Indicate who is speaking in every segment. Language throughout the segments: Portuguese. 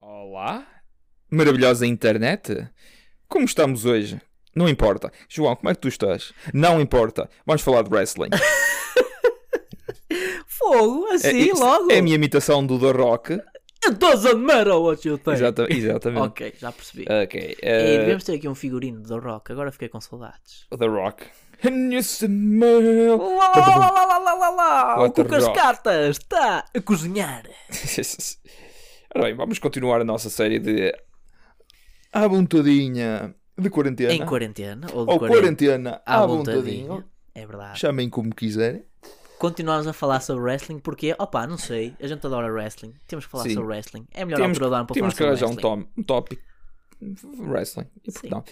Speaker 1: Olá, maravilhosa internet. Como estamos hoje? Não importa. João, como é que tu estás? Não importa. Vamos falar de wrestling.
Speaker 2: Fogo,
Speaker 1: É,
Speaker 2: assim,
Speaker 1: isto
Speaker 2: logo. Então,
Speaker 1: É a minha imitação do The Rock.
Speaker 2: It doesn't matter what you think.
Speaker 1: Exata- exatamente.
Speaker 2: Ok, já percebi.
Speaker 1: Ok.
Speaker 2: E
Speaker 1: eh,
Speaker 2: devemos ter aqui um figurino do Rock, agora fiquei com saudades.
Speaker 1: The Rock. And you smell-
Speaker 2: Lá, lá, lá, lá, lá, lá, lá, lá. O
Speaker 1: What the
Speaker 2: Cucas
Speaker 1: Rock.
Speaker 2: Cartas está a cozinhar.
Speaker 1: Ora bem, vamos continuar a nossa série de. À vontadinha. De quarentena.
Speaker 2: Em quarentena, ou de
Speaker 1: Ou
Speaker 2: quarentena,
Speaker 1: quarentena.
Speaker 2: à
Speaker 1: À
Speaker 2: vontadinha.
Speaker 1: vontadinha.
Speaker 2: É verdade.
Speaker 1: Chamem como quiserem.
Speaker 2: Continuamos a falar sobre wrestling porque, opá, não sei, a gente adora wrestling, temos que falar
Speaker 1: Sim.
Speaker 2: sobre wrestling. É a melhor
Speaker 1: Temos-
Speaker 2: altura do ano para
Speaker 1: Temos que
Speaker 2: falar sobre
Speaker 1: arranjar um,
Speaker 2: wrestling.
Speaker 1: tom, um tópico. Wrestling. E por que
Speaker 2: Sim.
Speaker 1: não?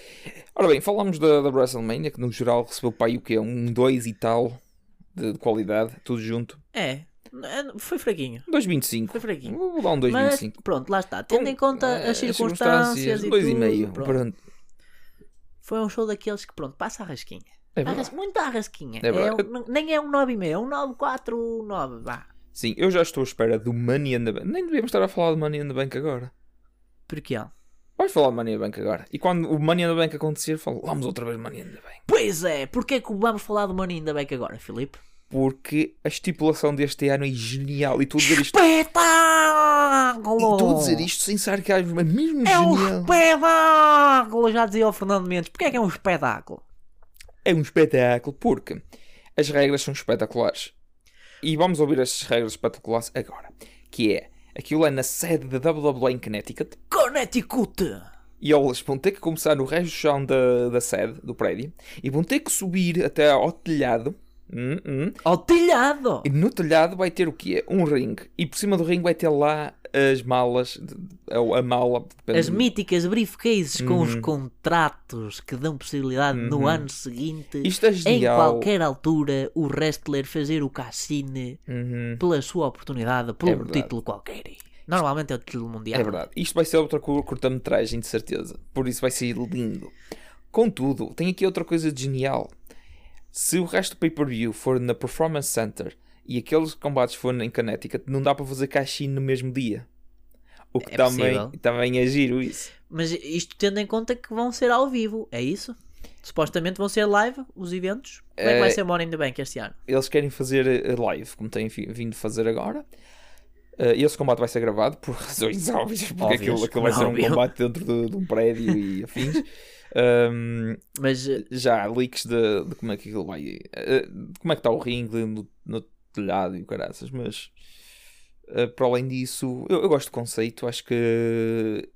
Speaker 1: Ora bem, falamos da, da WrestleMania, que no geral recebeu pai o quê? Um 2 e tal de, de qualidade, tudo junto.
Speaker 2: É, n- foi fraquinho,
Speaker 1: 2,25.
Speaker 2: foi fraquinho.
Speaker 1: Vou dar um 2,25.
Speaker 2: Mas pronto, lá está, tendo em conta
Speaker 1: Eh,
Speaker 2: as circunstâncias, e
Speaker 1: dois e
Speaker 2: tudo,
Speaker 1: meio.
Speaker 2: pronto.
Speaker 1: Pronto.
Speaker 2: Foi um show daqueles que, pronto, passa a rasquinha.
Speaker 1: É
Speaker 2: Arras-
Speaker 1: verdade.
Speaker 2: muito à rasquinha.
Speaker 1: É
Speaker 2: É
Speaker 1: verdade.
Speaker 2: um- nem é um 9,5, é um 949. Vá.
Speaker 1: Sim, eu já estou à espera do Money in the Bank. Nem devíamos estar a falar do Money in the Bank agora.
Speaker 2: Porquê?
Speaker 1: Vamos falar do Money in the Bank agora. E quando o Money in the Bank acontecer, falamos outra vez do Money in the Bank.
Speaker 2: Pois é, porquê é que vamos falar do Money in the Bank agora, Filipe?
Speaker 1: Porque a estipulação deste ano é genial. E estou a dizer isto.
Speaker 2: Espetáculo!
Speaker 1: E estou a dizer isto sem sarcasmo, mas mesmo
Speaker 2: É um
Speaker 1: genial.
Speaker 2: espetáculo! Já dizia o Fernando Mendes, porquê é que é um espetáculo?
Speaker 1: É um espetáculo, porque as regras são espetaculares. E vamos ouvir estas regras espetaculares agora. Que é, aquilo é na sede da WWE em Connecticut.
Speaker 2: Connecticut!
Speaker 1: E eles vão ter que começar no resto do chão da, da sede, do prédio. E vão ter que subir até ao telhado. Hum, hum.
Speaker 2: Ao telhado!
Speaker 1: E no telhado vai ter o quê? Um ringue. E por cima do ringue vai ter lá as malas. de- Ou a mala. depende
Speaker 2: As
Speaker 1: do-
Speaker 2: míticas briefcases com
Speaker 1: Uhum.
Speaker 2: os contratos que dão possibilidade no ano seguinte,
Speaker 1: Isto é
Speaker 2: em
Speaker 1: genial.
Speaker 2: qualquer altura, o wrestler fazer o cassine
Speaker 1: Uhum.
Speaker 2: pela sua oportunidade, por
Speaker 1: É
Speaker 2: um
Speaker 1: verdade.
Speaker 2: título qualquer. Normalmente é o título mundial.
Speaker 1: É verdade. Isto vai ser outra cur- curta-metragem, de certeza. Por isso vai ser lindo. Contudo, tem aqui outra coisa de genial. Se o resto do pay-per-view for na Performance Center e aqueles combates forem em Connecticut, não dá para fazer cash-in no mesmo dia. O que
Speaker 2: É
Speaker 1: também,
Speaker 2: possível.
Speaker 1: também é giro isso.
Speaker 2: Mas isto tendo em conta que vão ser ao vivo, é isso? Supostamente vão ser live os eventos. Como é que vai
Speaker 1: É.
Speaker 2: ser Morning the Bank este ano?
Speaker 1: Eles querem fazer eh, live, como têm fi- vindo fazer agora. Eh, esse combate vai ser gravado por razões óbvias, porque
Speaker 2: Óbvias,
Speaker 1: aquilo, aquilo vai ser um
Speaker 2: como é óbvio.
Speaker 1: combate dentro de, de um prédio e afins. Ahm,
Speaker 2: Mas eh,
Speaker 1: já há leaks de, de como é que aquilo vai. eh, de como é que está o ringue no, no telhado e o caraças, mas. eh, para além disso, eu, eu gosto do conceito. Acho que.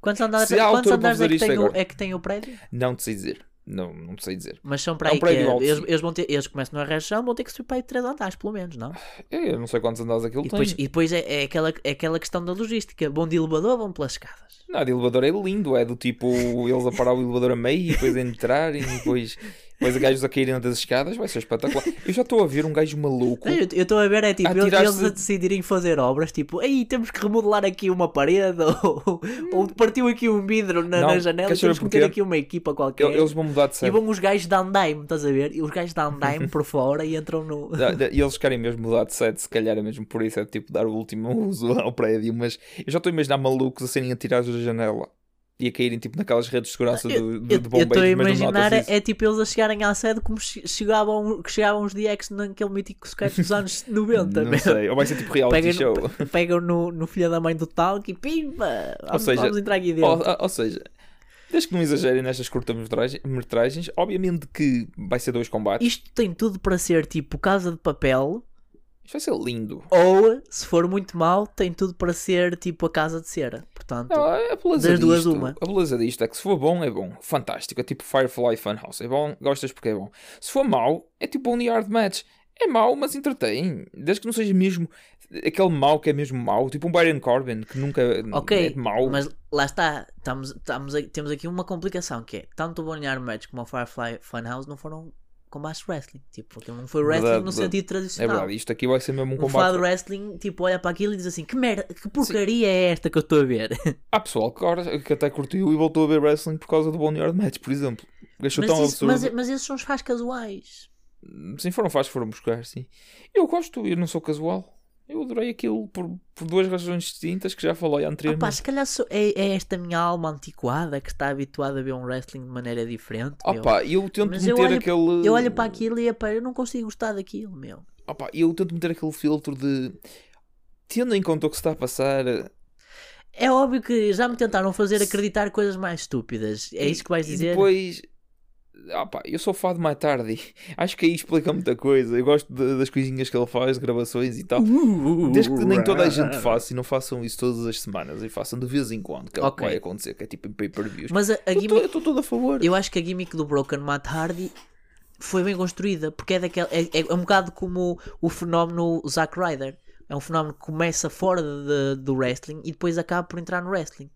Speaker 2: quantos andares,
Speaker 1: Se há
Speaker 2: quantos
Speaker 1: altura para
Speaker 2: andares é,
Speaker 1: fazer
Speaker 2: que
Speaker 1: isto
Speaker 2: tem o,
Speaker 1: agora.
Speaker 2: é que tem o prédio?
Speaker 1: Não te sei dizer. Não, não te sei dizer.
Speaker 2: Mas são para
Speaker 1: É um
Speaker 2: aí que
Speaker 1: prédio alto,
Speaker 2: eles,
Speaker 1: sim.
Speaker 2: eles vão ter, eles começam no arranjão, vão ter que subir para aí três andares, pelo menos, não?
Speaker 1: Eh, Eu não sei quantos andares aquilo
Speaker 2: E depois,
Speaker 1: tem.
Speaker 2: e depois é, é aquela, é aquela questão da logística. Bom de elevador, vão pelas escadas.
Speaker 1: Não, de elevador é lindo. É do tipo eles a parar o elevador a meio e depois a entrarem e depois. Depois gajos a caírem das escadas. Vai ser espetacular. Eu já estou a ver um gajo maluco.
Speaker 2: Eu eu estou a ver, é tipo, eles- eles
Speaker 1: Atiraste-
Speaker 2: a decidirem fazer obras, tipo, aí temos que remodelar aqui uma parede, ou, ou partiu aqui um vidro na,
Speaker 1: Não,
Speaker 2: na janela,
Speaker 1: queres
Speaker 2: temos que
Speaker 1: saber
Speaker 2: meter
Speaker 1: porquê?
Speaker 2: aqui uma equipa qualquer.
Speaker 1: Eles vão mudar de
Speaker 2: E
Speaker 1: sede.
Speaker 2: vão os gajos da Andaime, estás a ver? E os gajos da Andaime por fora e entram no.
Speaker 1: Da- da- E eles querem mesmo mudar de sede, se calhar é mesmo por isso, é tipo dar o último uso ao prédio, mas eu já estou a imaginar malucos a serem atirados da janela e a caírem tipo naquelas redes de segurança do, de,
Speaker 2: Eu
Speaker 1: de
Speaker 2: eu estou a
Speaker 1: bombeiros, mas não
Speaker 2: imaginar,
Speaker 1: notas
Speaker 2: é,
Speaker 1: isso.
Speaker 2: tipo eles a chegarem à sede como che- chegavam, que chegavam os DX naquele mítico sketch dos anos 90.
Speaker 1: Não
Speaker 2: meu.
Speaker 1: sei, ou vai ser tipo reality
Speaker 2: Pegam,
Speaker 1: show.
Speaker 2: no, pegam no, no filho da mãe do talco e pimba! Vamos,
Speaker 1: seja,
Speaker 2: vamos entrar aqui dentro.
Speaker 1: Ou, ou seja, desde que não exagerem nestas curtas-metragens, obviamente que vai ser dois combates.
Speaker 2: Isto tem tudo para ser tipo Casa de Papel,
Speaker 1: Isto vai ser lindo.
Speaker 2: ou se for muito mal, tem tudo para ser tipo a Casa de Cera. Portanto,
Speaker 1: Não, a beleza
Speaker 2: Tipo, das duas,
Speaker 1: disto-
Speaker 2: uma.
Speaker 1: A beleza disto é que se for bom, é bom. Fantástico. É tipo Firefly Funhouse. É bom, gostas porque é bom. Se for mau, é tipo um yard match. É mau, mas entretém. Desde que não seja mesmo aquele mau que é mesmo mau. Tipo um Byron Corbin, que nunca
Speaker 2: Ok,
Speaker 1: é mau.
Speaker 2: mas lá está, estamos, estamos a- temos aqui uma complicação que é tanto o Boneyard Match como o Firefly Funhouse não foram combates de wrestling, tipo, porque não foi wrestling
Speaker 1: Verdade,
Speaker 2: no
Speaker 1: verdade.
Speaker 2: sentido
Speaker 1: É
Speaker 2: tradicional.
Speaker 1: verdade, isto aqui vai ser mesmo um
Speaker 2: um fã de
Speaker 1: combate.
Speaker 2: wrestling, tipo, olha para aquilo e diz assim: Que merda, que porcaria é esta que eu estou a ver?
Speaker 1: Há pessoal que, agora- que até curtiu e voltou a ver wrestling por causa do Boneyard Match, por exemplo. Achou é tão
Speaker 2: mas, isso-
Speaker 1: absurdo.
Speaker 2: mas- é- mas esses são os fãs casuais.
Speaker 1: Sim, foram faz, foram buscar, sim. Eu gosto, eu não sou casual. Eu adorei aquilo por, por duas razões distintas que já falei
Speaker 2: Opa,
Speaker 1: anteriormente.
Speaker 2: se calhar sou- é, é esta minha alma antiquada que está habituada a ver um wrestling de maneira diferente. meu.
Speaker 1: Opa, eu tento
Speaker 2: Mas
Speaker 1: meter
Speaker 2: eu olho-
Speaker 1: aquele.
Speaker 2: Eu olho para aquilo e é pá, eu não consigo gostar daquilo, meu.
Speaker 1: Opa, eu tento meter aquele filtro de. Tendo em conta o que se está a passar,
Speaker 2: É óbvio que já me tentaram fazer acreditar coisas mais estúpidas. É isso que vais
Speaker 1: e
Speaker 2: dizer?
Speaker 1: depois. Ah, pá, eu sou fã de My Tardy. Acho que aí explica muita coisa. Eu gosto de- das coisinhas que ele faz, gravações e tal. Desde que nem toda a gente faça e não façam isso todas as semanas e façam de vez em quando, que é o que
Speaker 2: Ok.
Speaker 1: vai acontecer, que é tipo em pay-per-views.
Speaker 2: Mas a, a
Speaker 1: Eu tô-
Speaker 2: gimmick-
Speaker 1: eu estou todo a favor.
Speaker 2: eu acho que a gimmick do Broken Matt Hardy foi bem construída, porque é, daquela, é, é um bocado como o fenómeno Zack Ryder. É um fenómeno que começa fora de- do wrestling e depois acaba por entrar no wrestling.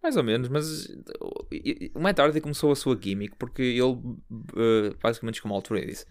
Speaker 1: Mais ou menos, mas uh, e- e- o Matt Hardy começou a sua gimmick porque ele, uh, basicamente, como o Altura disse,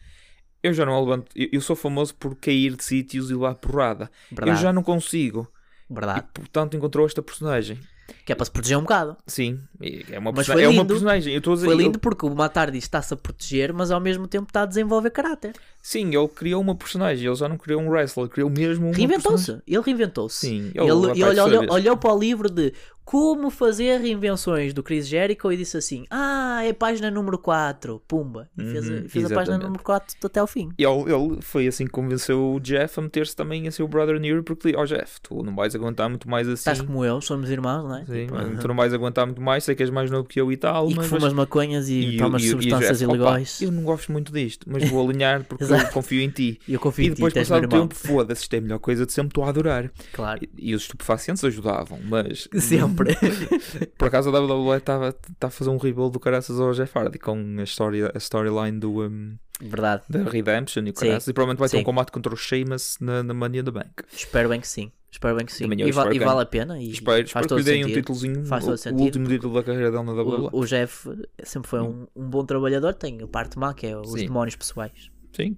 Speaker 1: eu já não levanto, eu, eu sou famoso por cair de sítios e levar porrada.
Speaker 2: Verdade, Ah.
Speaker 1: Eu já não consigo. E,
Speaker 2: verdade.
Speaker 1: portanto, encontrou esta personagem.
Speaker 2: Que é para se proteger um bocado.
Speaker 1: Sim, e é uma,
Speaker 2: Mas
Speaker 1: persona-
Speaker 2: foi
Speaker 1: é uma
Speaker 2: lindo.
Speaker 1: personagem. Eu estou a dizer,
Speaker 2: Foi
Speaker 1: ele-
Speaker 2: lindo porque o Matardi está-se a proteger, mas ao mesmo tempo está a desenvolver caráter.
Speaker 1: sim, ele criou uma personagem. Ele já não criou um wrestler, criou mesmo uma personagem.
Speaker 2: Reinventou-se. Ele reinventou-se.
Speaker 1: Sim,
Speaker 2: Ele,
Speaker 1: vai
Speaker 2: ele
Speaker 1: para a terceira
Speaker 2: olhou,
Speaker 1: vez.
Speaker 2: olhou para o livro de Como Fazer Reinvenções do Chris Jericho e disse assim: Ah, é página número 4, pumba. E fez, a-
Speaker 1: Uhum,
Speaker 2: fez a página
Speaker 1: exatamente.
Speaker 2: número 4 até ao fim.
Speaker 1: E ele, ele foi assim que convenceu o Jeff a meter-se também a ser o Brother Near, porque lhe ó Jeff, tu não vais aguentar muito mais assim.
Speaker 2: Estás como eu, somos irmãos, não é?
Speaker 1: Sim,
Speaker 2: Tipo,
Speaker 1: mano, tu não vais aguentar muito mais, sei que és mais novo que eu e tal,
Speaker 2: e que
Speaker 1: mas.
Speaker 2: fumas maconhas e, tomas
Speaker 1: o
Speaker 2: substâncias
Speaker 1: Jeff, "Opa,
Speaker 2: ilegais.
Speaker 1: eu não gosto muito disto, mas vou alinhar porque eu
Speaker 2: Exato.
Speaker 1: confio em ti.
Speaker 2: E eu
Speaker 1: E
Speaker 2: confio em ti,
Speaker 1: depois
Speaker 2: tens meu
Speaker 1: passado o
Speaker 2: irmão.
Speaker 1: tempo, foda-se, isto é a melhor coisa de sempre, estou a adorar.
Speaker 2: Claro.
Speaker 1: E, e os estupefacientes ajudavam, mas
Speaker 2: Sempre.
Speaker 1: por acaso a WWE estava está a fazer um rebuild do caraças ao Jeff Hardy com a história- a storyline do um,
Speaker 2: Verdade.
Speaker 1: da Redemption e o
Speaker 2: Sim,
Speaker 1: caraças, e provavelmente vai ter
Speaker 2: sim.
Speaker 1: um combate contra o Sheamus na, na Mania da Bank.
Speaker 2: Espero bem que sim. Espero bem que sim.
Speaker 1: Também eu
Speaker 2: E, va-
Speaker 1: espero
Speaker 2: e
Speaker 1: que-
Speaker 2: vale a pena. E
Speaker 1: Espero,
Speaker 2: faz
Speaker 1: espero que
Speaker 2: todo
Speaker 1: lhe deem um
Speaker 2: sentido.
Speaker 1: títulozinho,
Speaker 2: Faz todo
Speaker 1: o,
Speaker 2: sentido,
Speaker 1: o último título da carreira dele na WWE.
Speaker 2: O, o Jeff sempre foi um, um bom trabalhador, tem a parte má que é os
Speaker 1: Hum. Sim.
Speaker 2: demónios pessoais.
Speaker 1: Sim.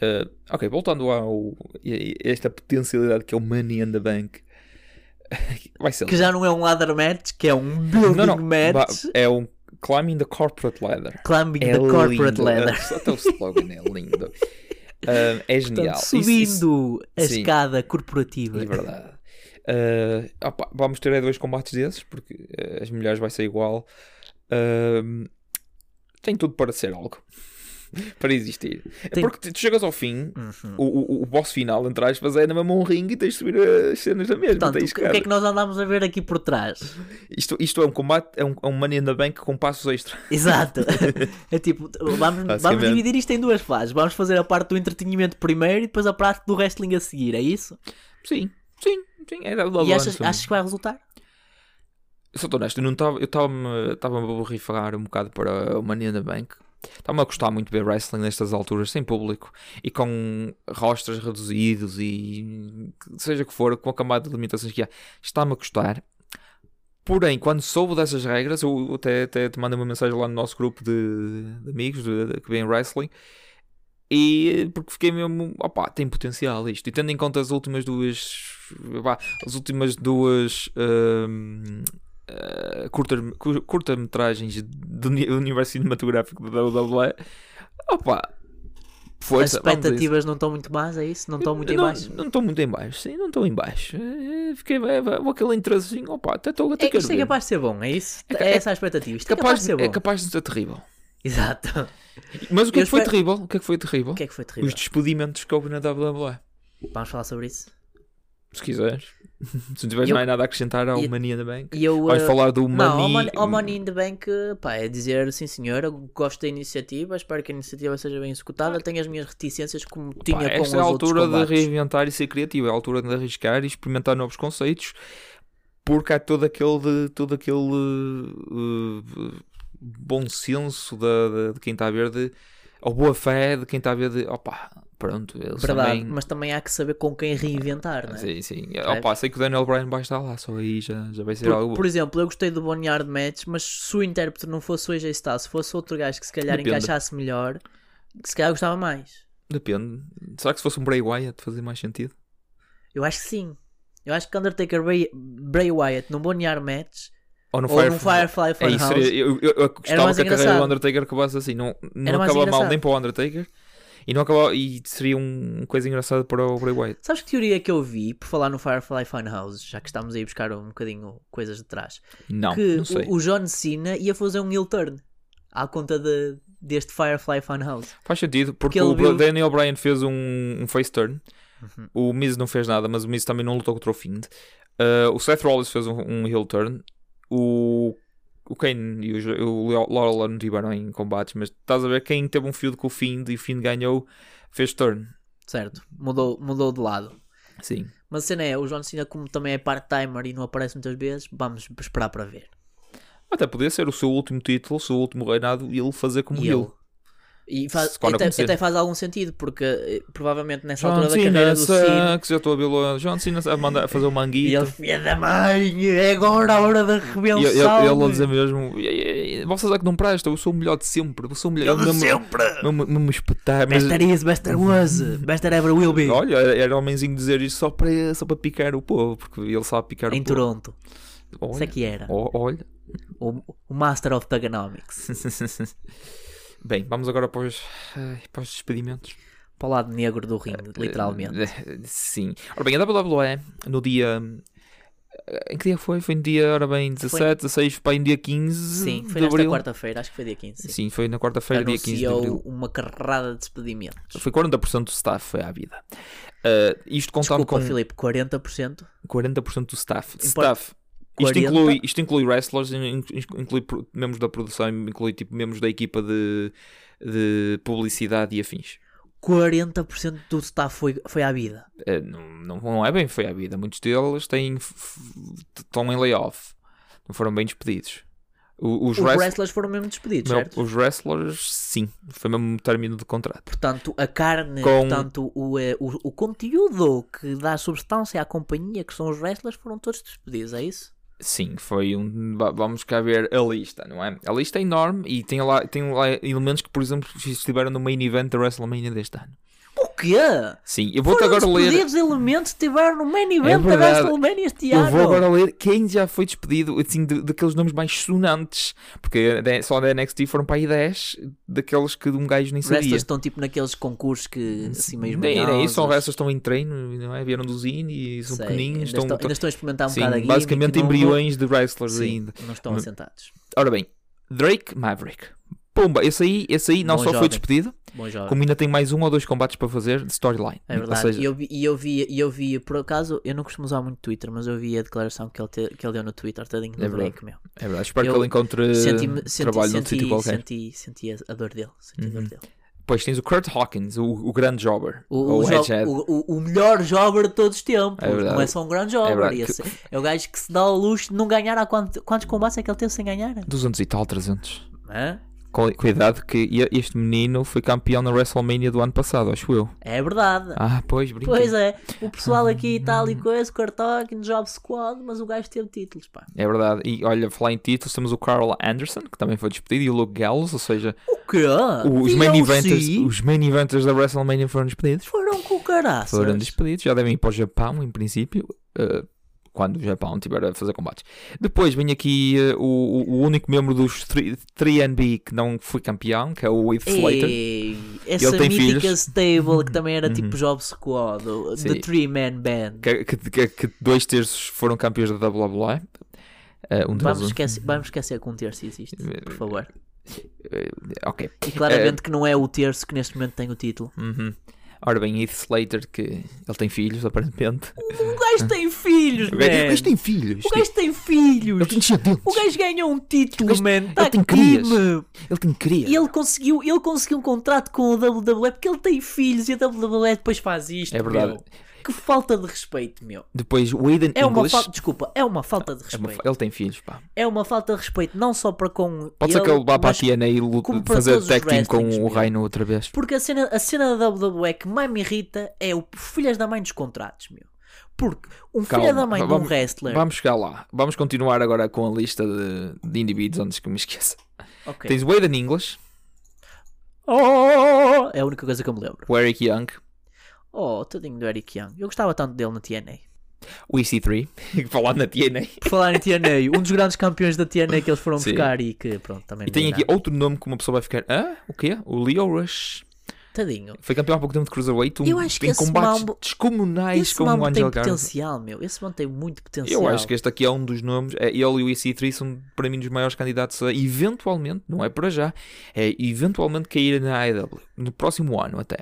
Speaker 1: Eh, ok, voltando ao e- e- esta potencialidade que é o Money in the Bank. Vai ser.
Speaker 2: Que já não é um ladder match, que é um building
Speaker 1: não, não. ba-
Speaker 2: match.
Speaker 1: É um Climbing the Corporate Ladder.
Speaker 2: Climbing
Speaker 1: É
Speaker 2: the corporate
Speaker 1: lindo.
Speaker 2: ladder.
Speaker 1: Eh, Até o slogan é lindo. Eh, é genial.
Speaker 2: Portanto,
Speaker 1: Isso-
Speaker 2: subindo
Speaker 1: isso-
Speaker 2: a
Speaker 1: sim.
Speaker 2: escada corporativa.
Speaker 1: é verdade. Eh, opa, vamos ter aí dois combates desses, porque eh, as mulheres vai ser igual. Eh, tem tudo para ser algo. para existir. É
Speaker 2: Tem-
Speaker 1: Porque tu- tu chegas ao fim
Speaker 2: Uhum.
Speaker 1: o, o, o boss final, entre aspas, é na mesma um ringue e tens de subir as cenas na mesma.
Speaker 2: Portanto, o
Speaker 1: tens
Speaker 2: que, o que é que nós andámos a ver aqui por trás?
Speaker 1: isto, isto é um combate, é um, é um Money in the Bank com passos extra.
Speaker 2: Exato. É tipo, vamos, vamos
Speaker 1: Basicamente.
Speaker 2: dividir isto em duas fases. Vamos fazer a parte do entretenimento primeiro e depois a parte do wrestling a seguir, é isso?
Speaker 1: Sim, sim, sim. É da
Speaker 2: e achas, achas que vai resultar?
Speaker 1: Só estou honesto, eu não tava- eu estava-me estava a borrifar um bocado para o Money in the Bank. Estava-me a gostar muito ver wrestling nestas alturas, sem público e com rostros reduzidos e seja que for, com a camada de limitações que há. Está-me a gostar. Porém, quando soube dessas regras, eu até, até te mandei uma mensagem lá no nosso grupo de, de amigos de- de- que veem wrestling. E porque fiquei mesmo, opá, tem potencial isto. E tendo em conta as últimas duas, opá, as últimas duas hum, eh, curta- cu- curta-metragens do uni- universo cinematográfico da WWE, opá,
Speaker 2: As
Speaker 1: força, vamos a isso.
Speaker 2: expectativas não estão muito más, é isso? Não estão muito em
Speaker 1: Não-
Speaker 2: baixo?
Speaker 1: Não estou muito em baixo, sim, não estou em baixo. Eh, Fiquei eh, com aquele interessezinho, opa, até estou até
Speaker 2: É,
Speaker 1: quero
Speaker 2: isto é
Speaker 1: ver.
Speaker 2: capaz de ser bom, é isso?
Speaker 1: É ca-
Speaker 2: É
Speaker 1: é-
Speaker 2: essa a expectativa. Isto é capaz
Speaker 1: Capaz
Speaker 2: de ser
Speaker 1: de, é
Speaker 2: bom.
Speaker 1: capaz de ser terrível.
Speaker 2: Exato.
Speaker 1: Mas o que é
Speaker 2: Eu
Speaker 1: que foi
Speaker 2: espero-
Speaker 1: terrível? O que é que foi terrível?
Speaker 2: O que é que foi terrível?
Speaker 1: Os despedimentos que houve na WWE.
Speaker 2: Vamos falar sobre isso?
Speaker 1: Se quiseres. Se não tiveres
Speaker 2: Eu-
Speaker 1: mais nada a acrescentar ao
Speaker 2: eu-
Speaker 1: Mania da Bank.
Speaker 2: E eu,
Speaker 1: Vais
Speaker 2: eh,
Speaker 1: falar do
Speaker 2: Não, ao
Speaker 1: Money...
Speaker 2: Money, ao Money in the Bank, pá, é dizer sim senhor, eu gosto da iniciativa, espero que a iniciativa seja bem executada, tenho as minhas reticências como
Speaker 1: Pá,
Speaker 2: tinha com os
Speaker 1: esta é a altura de
Speaker 2: outros combates.
Speaker 1: reinventar e ser criativo, é a altura de arriscar e experimentar novos conceitos, porque há todo aquele, de- todo aquele uh, bom senso da- da- de, quem está a ver, de, ou boa fé de quem está a ver, de opá, pronto, eles
Speaker 2: Verdade,
Speaker 1: também.
Speaker 2: mas também há que saber com quem reinventar, não é?
Speaker 1: Sim, sim. Opá, sei que o Daniel Bryan vai estar lá, só aí já, já vai ser algo.
Speaker 2: Por,
Speaker 1: bom.
Speaker 2: por exemplo, eu gostei do Boneyard Match, mas se o intérprete não fosse o AJ Styles, se fosse outro gajo que se calhar
Speaker 1: Depende.
Speaker 2: encaixasse melhor, que se calhar gostava mais.
Speaker 1: Depende. Será que se fosse um Bray Wyatt fazia mais sentido?
Speaker 2: Eu acho que sim. Eu acho que Undertaker Bray, Bray Wyatt num Boneyard Match
Speaker 1: Ou no
Speaker 2: ou num Firefly
Speaker 1: É isso,
Speaker 2: Funhouse
Speaker 1: seria, eu, eu, eu gostava
Speaker 2: mais
Speaker 1: que a carreira
Speaker 2: engraçado.
Speaker 1: do Undertaker acabasse assim. Não, não
Speaker 2: Era mais
Speaker 1: acaba mal
Speaker 2: engraçado.
Speaker 1: nem para o Undertaker E, não acabou, e seria um- uma coisa engraçada para o Bray Wyatt.
Speaker 2: Sabes que teoria que eu vi, por falar no Firefly Funhouse, já que estamos aí a buscar um bocadinho coisas de trás,
Speaker 1: Não,
Speaker 2: que
Speaker 1: não sei.
Speaker 2: o, o John Cena ia fazer um heel turn à conta de- deste Firefly Funhouse.
Speaker 1: Faz sentido, porque,
Speaker 2: Porque ele
Speaker 1: o Bra-
Speaker 2: viu-
Speaker 1: Daniel Bryan fez um, um face turn. O Miz não fez nada, mas o Miz também não lutou contra o Fiend. Uh, o Seth Rollins fez um, um heel turn. O, o Kane e o, Jo- o Leo- Lawler não tiveram em combates, mas estás a ver quem teve um feud com o Fiend e o Fiend ganhou, fez turn.
Speaker 2: Certo, mudou, mudou de lado.
Speaker 1: Sim.
Speaker 2: Mas a cena é, o John Cena, como também é part-timer e não aparece muitas vezes, vamos esperar para ver.
Speaker 1: Até podia ser o seu último título, o seu último reinado e ele fazer como
Speaker 2: E
Speaker 1: Um heel.
Speaker 2: ele. E faz,
Speaker 1: Se quando
Speaker 2: até,
Speaker 1: acontecer.
Speaker 2: até faz algum sentido, porque eh, provavelmente nessa
Speaker 1: John
Speaker 2: altura da carreira
Speaker 1: Cena
Speaker 2: do Cena.
Speaker 1: sucks, eu estou a vê-lo. John Cena a, mandar, a fazer o manguito.
Speaker 2: E ele, filha da mãe, é agora a hora da
Speaker 1: E ele,
Speaker 2: rebelião.
Speaker 1: ele a dizer mesmo: "E- e- e- Vocês é que não prestam, eu sou o melhor de sempre, eu sou o melhor.
Speaker 2: Eu de
Speaker 1: mesmo-
Speaker 2: sempre!
Speaker 1: mesmo- mesmo espetar, mas-
Speaker 2: Bester is, Bester was, Bester ever will be.
Speaker 1: olha, era homenzinho dizer isto só para, só para picar o povo, porque ele sabe picar
Speaker 2: Em
Speaker 1: o povo.
Speaker 2: Toronto. Isso é
Speaker 1: Olha,
Speaker 2: que era.
Speaker 1: o- olha.
Speaker 2: O, o Master of Thugonomics.
Speaker 1: Bem, vamos agora para os, ai, para os despedimentos.
Speaker 2: Para o lado negro do ringue, literalmente.
Speaker 1: Eh, Sim. Ora bem, a WWE, no dia. eh, Em que dia foi? Foi no dia, ora bem, 17, 16, para em dia 15.
Speaker 2: Sim, foi
Speaker 1: eh, de
Speaker 2: nesta
Speaker 1: abril.
Speaker 2: quarta-feira, acho que foi dia 15.
Speaker 1: Sim, foi na quarta-feira, dia 15 de abril.
Speaker 2: Anunciou uma carrada de despedimentos.
Speaker 1: Foi 40% do staff, foi à vida. Uh, isto contando
Speaker 2: Desculpa,
Speaker 1: com
Speaker 2: Filipe, 40%.
Speaker 1: 40% do staff.
Speaker 2: Import-
Speaker 1: Staff. Isto
Speaker 2: 40?
Speaker 1: inclui, isto inclui wrestlers, in- in- inclui pro- membros da produção, inclui tipo, membros da equipa de, de publicidade e afins.
Speaker 2: 40% do staff foi, foi à vida.
Speaker 1: Uh, não, não, não é bem foi à vida. Muitos deles têm, f- f- estão em layoff. Não foram bem despedidos. O- Os,
Speaker 2: Os
Speaker 1: wrest-
Speaker 2: wrestlers foram mesmo despedidos,
Speaker 1: meu-
Speaker 2: certo?
Speaker 1: os wrestlers, sim. Foi mesmo um término de contrato.
Speaker 2: Portanto, a carne,
Speaker 1: Com-
Speaker 2: portanto, o, eh, o, o conteúdo que dá substância à companhia, que são os wrestlers, foram todos despedidos, é isso?
Speaker 1: Sim, foi um. va- Vamos cá ver a lista, não é? A lista é enorme e tem lá, tem lá elementos que, por exemplo, estiveram no main event da WrestleMania deste ano.
Speaker 2: O quê?
Speaker 1: Sim, eu vou-te
Speaker 2: Foram
Speaker 1: agora ler. É
Speaker 2: despedidos elementos que tiveram no main event da
Speaker 1: verdade.
Speaker 2: WrestleMania este
Speaker 1: Eu
Speaker 2: ano.
Speaker 1: vou agora ler quem já foi despedido, assim, de- daqueles nomes mais sonantes, porque da- só da NXT foram para aí 10, daqueles que um gajo nem
Speaker 2: Wrestlers
Speaker 1: sabia.
Speaker 2: estão tipo naqueles concursos que assim mesmo.
Speaker 1: Nem, nem né, isso, são restas estão em treino, não é? Vieram dos indie, são
Speaker 2: ainda,
Speaker 1: pequeninos,
Speaker 2: estão,
Speaker 1: estão,
Speaker 2: ainda estão a experimentar um
Speaker 1: sim,
Speaker 2: bocado a gimmick,
Speaker 1: basicamente
Speaker 2: não-
Speaker 1: embriões de wrestlers
Speaker 2: Sim,
Speaker 1: ainda.
Speaker 2: Não estão
Speaker 1: Mas-
Speaker 2: assentados.
Speaker 1: Ora bem, Drake Maverick. Pumba, esse aí, esse aí não
Speaker 2: Bom
Speaker 1: só foi
Speaker 2: jovem.
Speaker 1: despedido,
Speaker 2: Bom jovem.
Speaker 1: como ainda tem mais um ou dois combates para fazer de storyline.
Speaker 2: É verdade.
Speaker 1: Ou seja,
Speaker 2: e, eu vi, e eu vi, e eu vi, por acaso, eu não costumo usar muito Twitter, mas eu vi a declaração que ele, te- que ele deu no Twitter, tadinho do
Speaker 1: É verdade.
Speaker 2: Drake, meu.
Speaker 1: é verdade. Espero
Speaker 2: eu
Speaker 1: que ele encontre
Speaker 2: Senti-me- senti,
Speaker 1: trabalho num
Speaker 2: senti,
Speaker 1: sítio qualquer. Uhum.
Speaker 2: Senti, senti a- a dor dele. Senti a dor dele.
Speaker 1: Pois tens o Kurt Hawkins, o, o grande jobber.
Speaker 2: O,
Speaker 1: ou
Speaker 2: o, jo-
Speaker 1: Edgehead.
Speaker 2: o- o- o melhor jogger de todos os tempos.
Speaker 1: É verdade.
Speaker 2: não é só um grande
Speaker 1: É
Speaker 2: jogger.
Speaker 1: verdade.
Speaker 2: esse- é o gajo que se dá ao luxo de não ganhar há quantos, quantos combates é que ele teve sem ganhar?
Speaker 1: 200 e tal, 300.
Speaker 2: Hã?
Speaker 1: Com, com a idade que e- este menino foi campeão na WrestleMania do ano passado, acho eu.
Speaker 2: É verdade.
Speaker 1: Ah, pois, brinca.
Speaker 2: pois é. O pessoal aqui tá e tal e coisa, Cartoon, Job Squad, mas o gajo teve títulos, pá.
Speaker 1: É verdade. E olha, falar em títulos, temos o Carl Anderson, que também foi despedido, e o Luke Gallows, ou seja,
Speaker 2: O quê?
Speaker 1: os, main
Speaker 2: DLC
Speaker 1: eventers, os main eventers da WrestleMania foram despedidos.
Speaker 2: Foram com o caraças.
Speaker 1: Foram despedidos, já devem ir para o Japão, em princípio, eh, quando o Japão estiver a fazer combates. Depois vem aqui eh, o, o- o único membro dos 3NB que não foi campeão, que é o Heath Slater.
Speaker 2: Ei, essa
Speaker 1: tem
Speaker 2: mítica
Speaker 1: filhos. Uhum.
Speaker 2: stable que também era tipo Job Squad, o-
Speaker 1: Sim.
Speaker 2: The Three Man Band.
Speaker 1: Que, que- que- que dois terços foram campeões da WWE. Eh, um deles.
Speaker 2: Vamos esquecer, vamos esquecer que um terço existe, por favor.
Speaker 1: eh, ok.
Speaker 2: E claramente que não é o terço que neste momento tem o título.
Speaker 1: Uhum. Ora bem, Heath Slater, que ele tem filhos, aparentemente.
Speaker 2: O gajo tem filhos,
Speaker 1: O gajo- o
Speaker 2: man.
Speaker 1: gajo tem filhos.
Speaker 2: O gajo tem filhos.
Speaker 1: Ele tem descendentes.
Speaker 2: O gajo ganhou um título,
Speaker 1: O gajo-
Speaker 2: man.
Speaker 1: ele
Speaker 2: Tá
Speaker 1: tem
Speaker 2: aqui,
Speaker 1: crias.
Speaker 2: meu.
Speaker 1: Ele tem cria.
Speaker 2: E ele conseguiu, ele conseguiu um contrato com a WWE porque ele tem filhos e a WWE depois faz isto.
Speaker 1: É verdade.
Speaker 2: meu. Que falta de respeito, meu.
Speaker 1: Depois, o Aiden
Speaker 2: É uma
Speaker 1: English.
Speaker 2: falta, desculpa, é uma falta de
Speaker 1: É uma fa-
Speaker 2: respeito.
Speaker 1: Ele tem filhos, pá.
Speaker 2: É uma falta de respeito não só para com
Speaker 1: Pode ser que ele vá para a
Speaker 2: mas
Speaker 1: TNA e lu-
Speaker 2: como para
Speaker 1: fazer
Speaker 2: todos os
Speaker 1: tag team com
Speaker 2: wrestlings,
Speaker 1: o
Speaker 2: meu.
Speaker 1: Reino outra vez.
Speaker 2: Porque a cena, a cena da WWE que mais me irrita é o filhas da mãe dos contratos, meu. Porque um filho da mãe de um wrestler.
Speaker 1: Vamos chegar lá. Vamos continuar agora com a lista de, de indivíduos antes que me esqueça.
Speaker 2: Ok.
Speaker 1: Tens o Aiden English,
Speaker 2: Oh, é a única coisa que eu me lembro.
Speaker 1: o Eric Young,
Speaker 2: Oh, tadinho do Eric Young. Eu gostava tanto dele na TNA.
Speaker 1: o EC3, falando na TNA.
Speaker 2: Por falar em TNA, um dos grandes campeões da TNA que eles foram
Speaker 1: Sim.
Speaker 2: buscar e que, pronto, também
Speaker 1: E tem
Speaker 2: não é
Speaker 1: aqui
Speaker 2: nada.
Speaker 1: outro nome que uma pessoa vai ficar. Ah, o quê? O Leo Rush.
Speaker 2: Tadinho.
Speaker 1: Foi campeão há pouco tempo de Cruiserweight. Um,
Speaker 2: Eu acho que
Speaker 1: em
Speaker 2: esse
Speaker 1: combates
Speaker 2: Mambo-
Speaker 1: descomunais
Speaker 2: Esse
Speaker 1: com
Speaker 2: mano
Speaker 1: o
Speaker 2: tem
Speaker 1: um Angel Garza.
Speaker 2: potencial, meu. Esse mano tem muito potencial.
Speaker 1: Eu acho que este aqui é um dos nomes. É, ele e o EC3 são para mim dos maiores candidatos a eventualmente, não é para já, é eventualmente cair na AEW. No próximo ano até.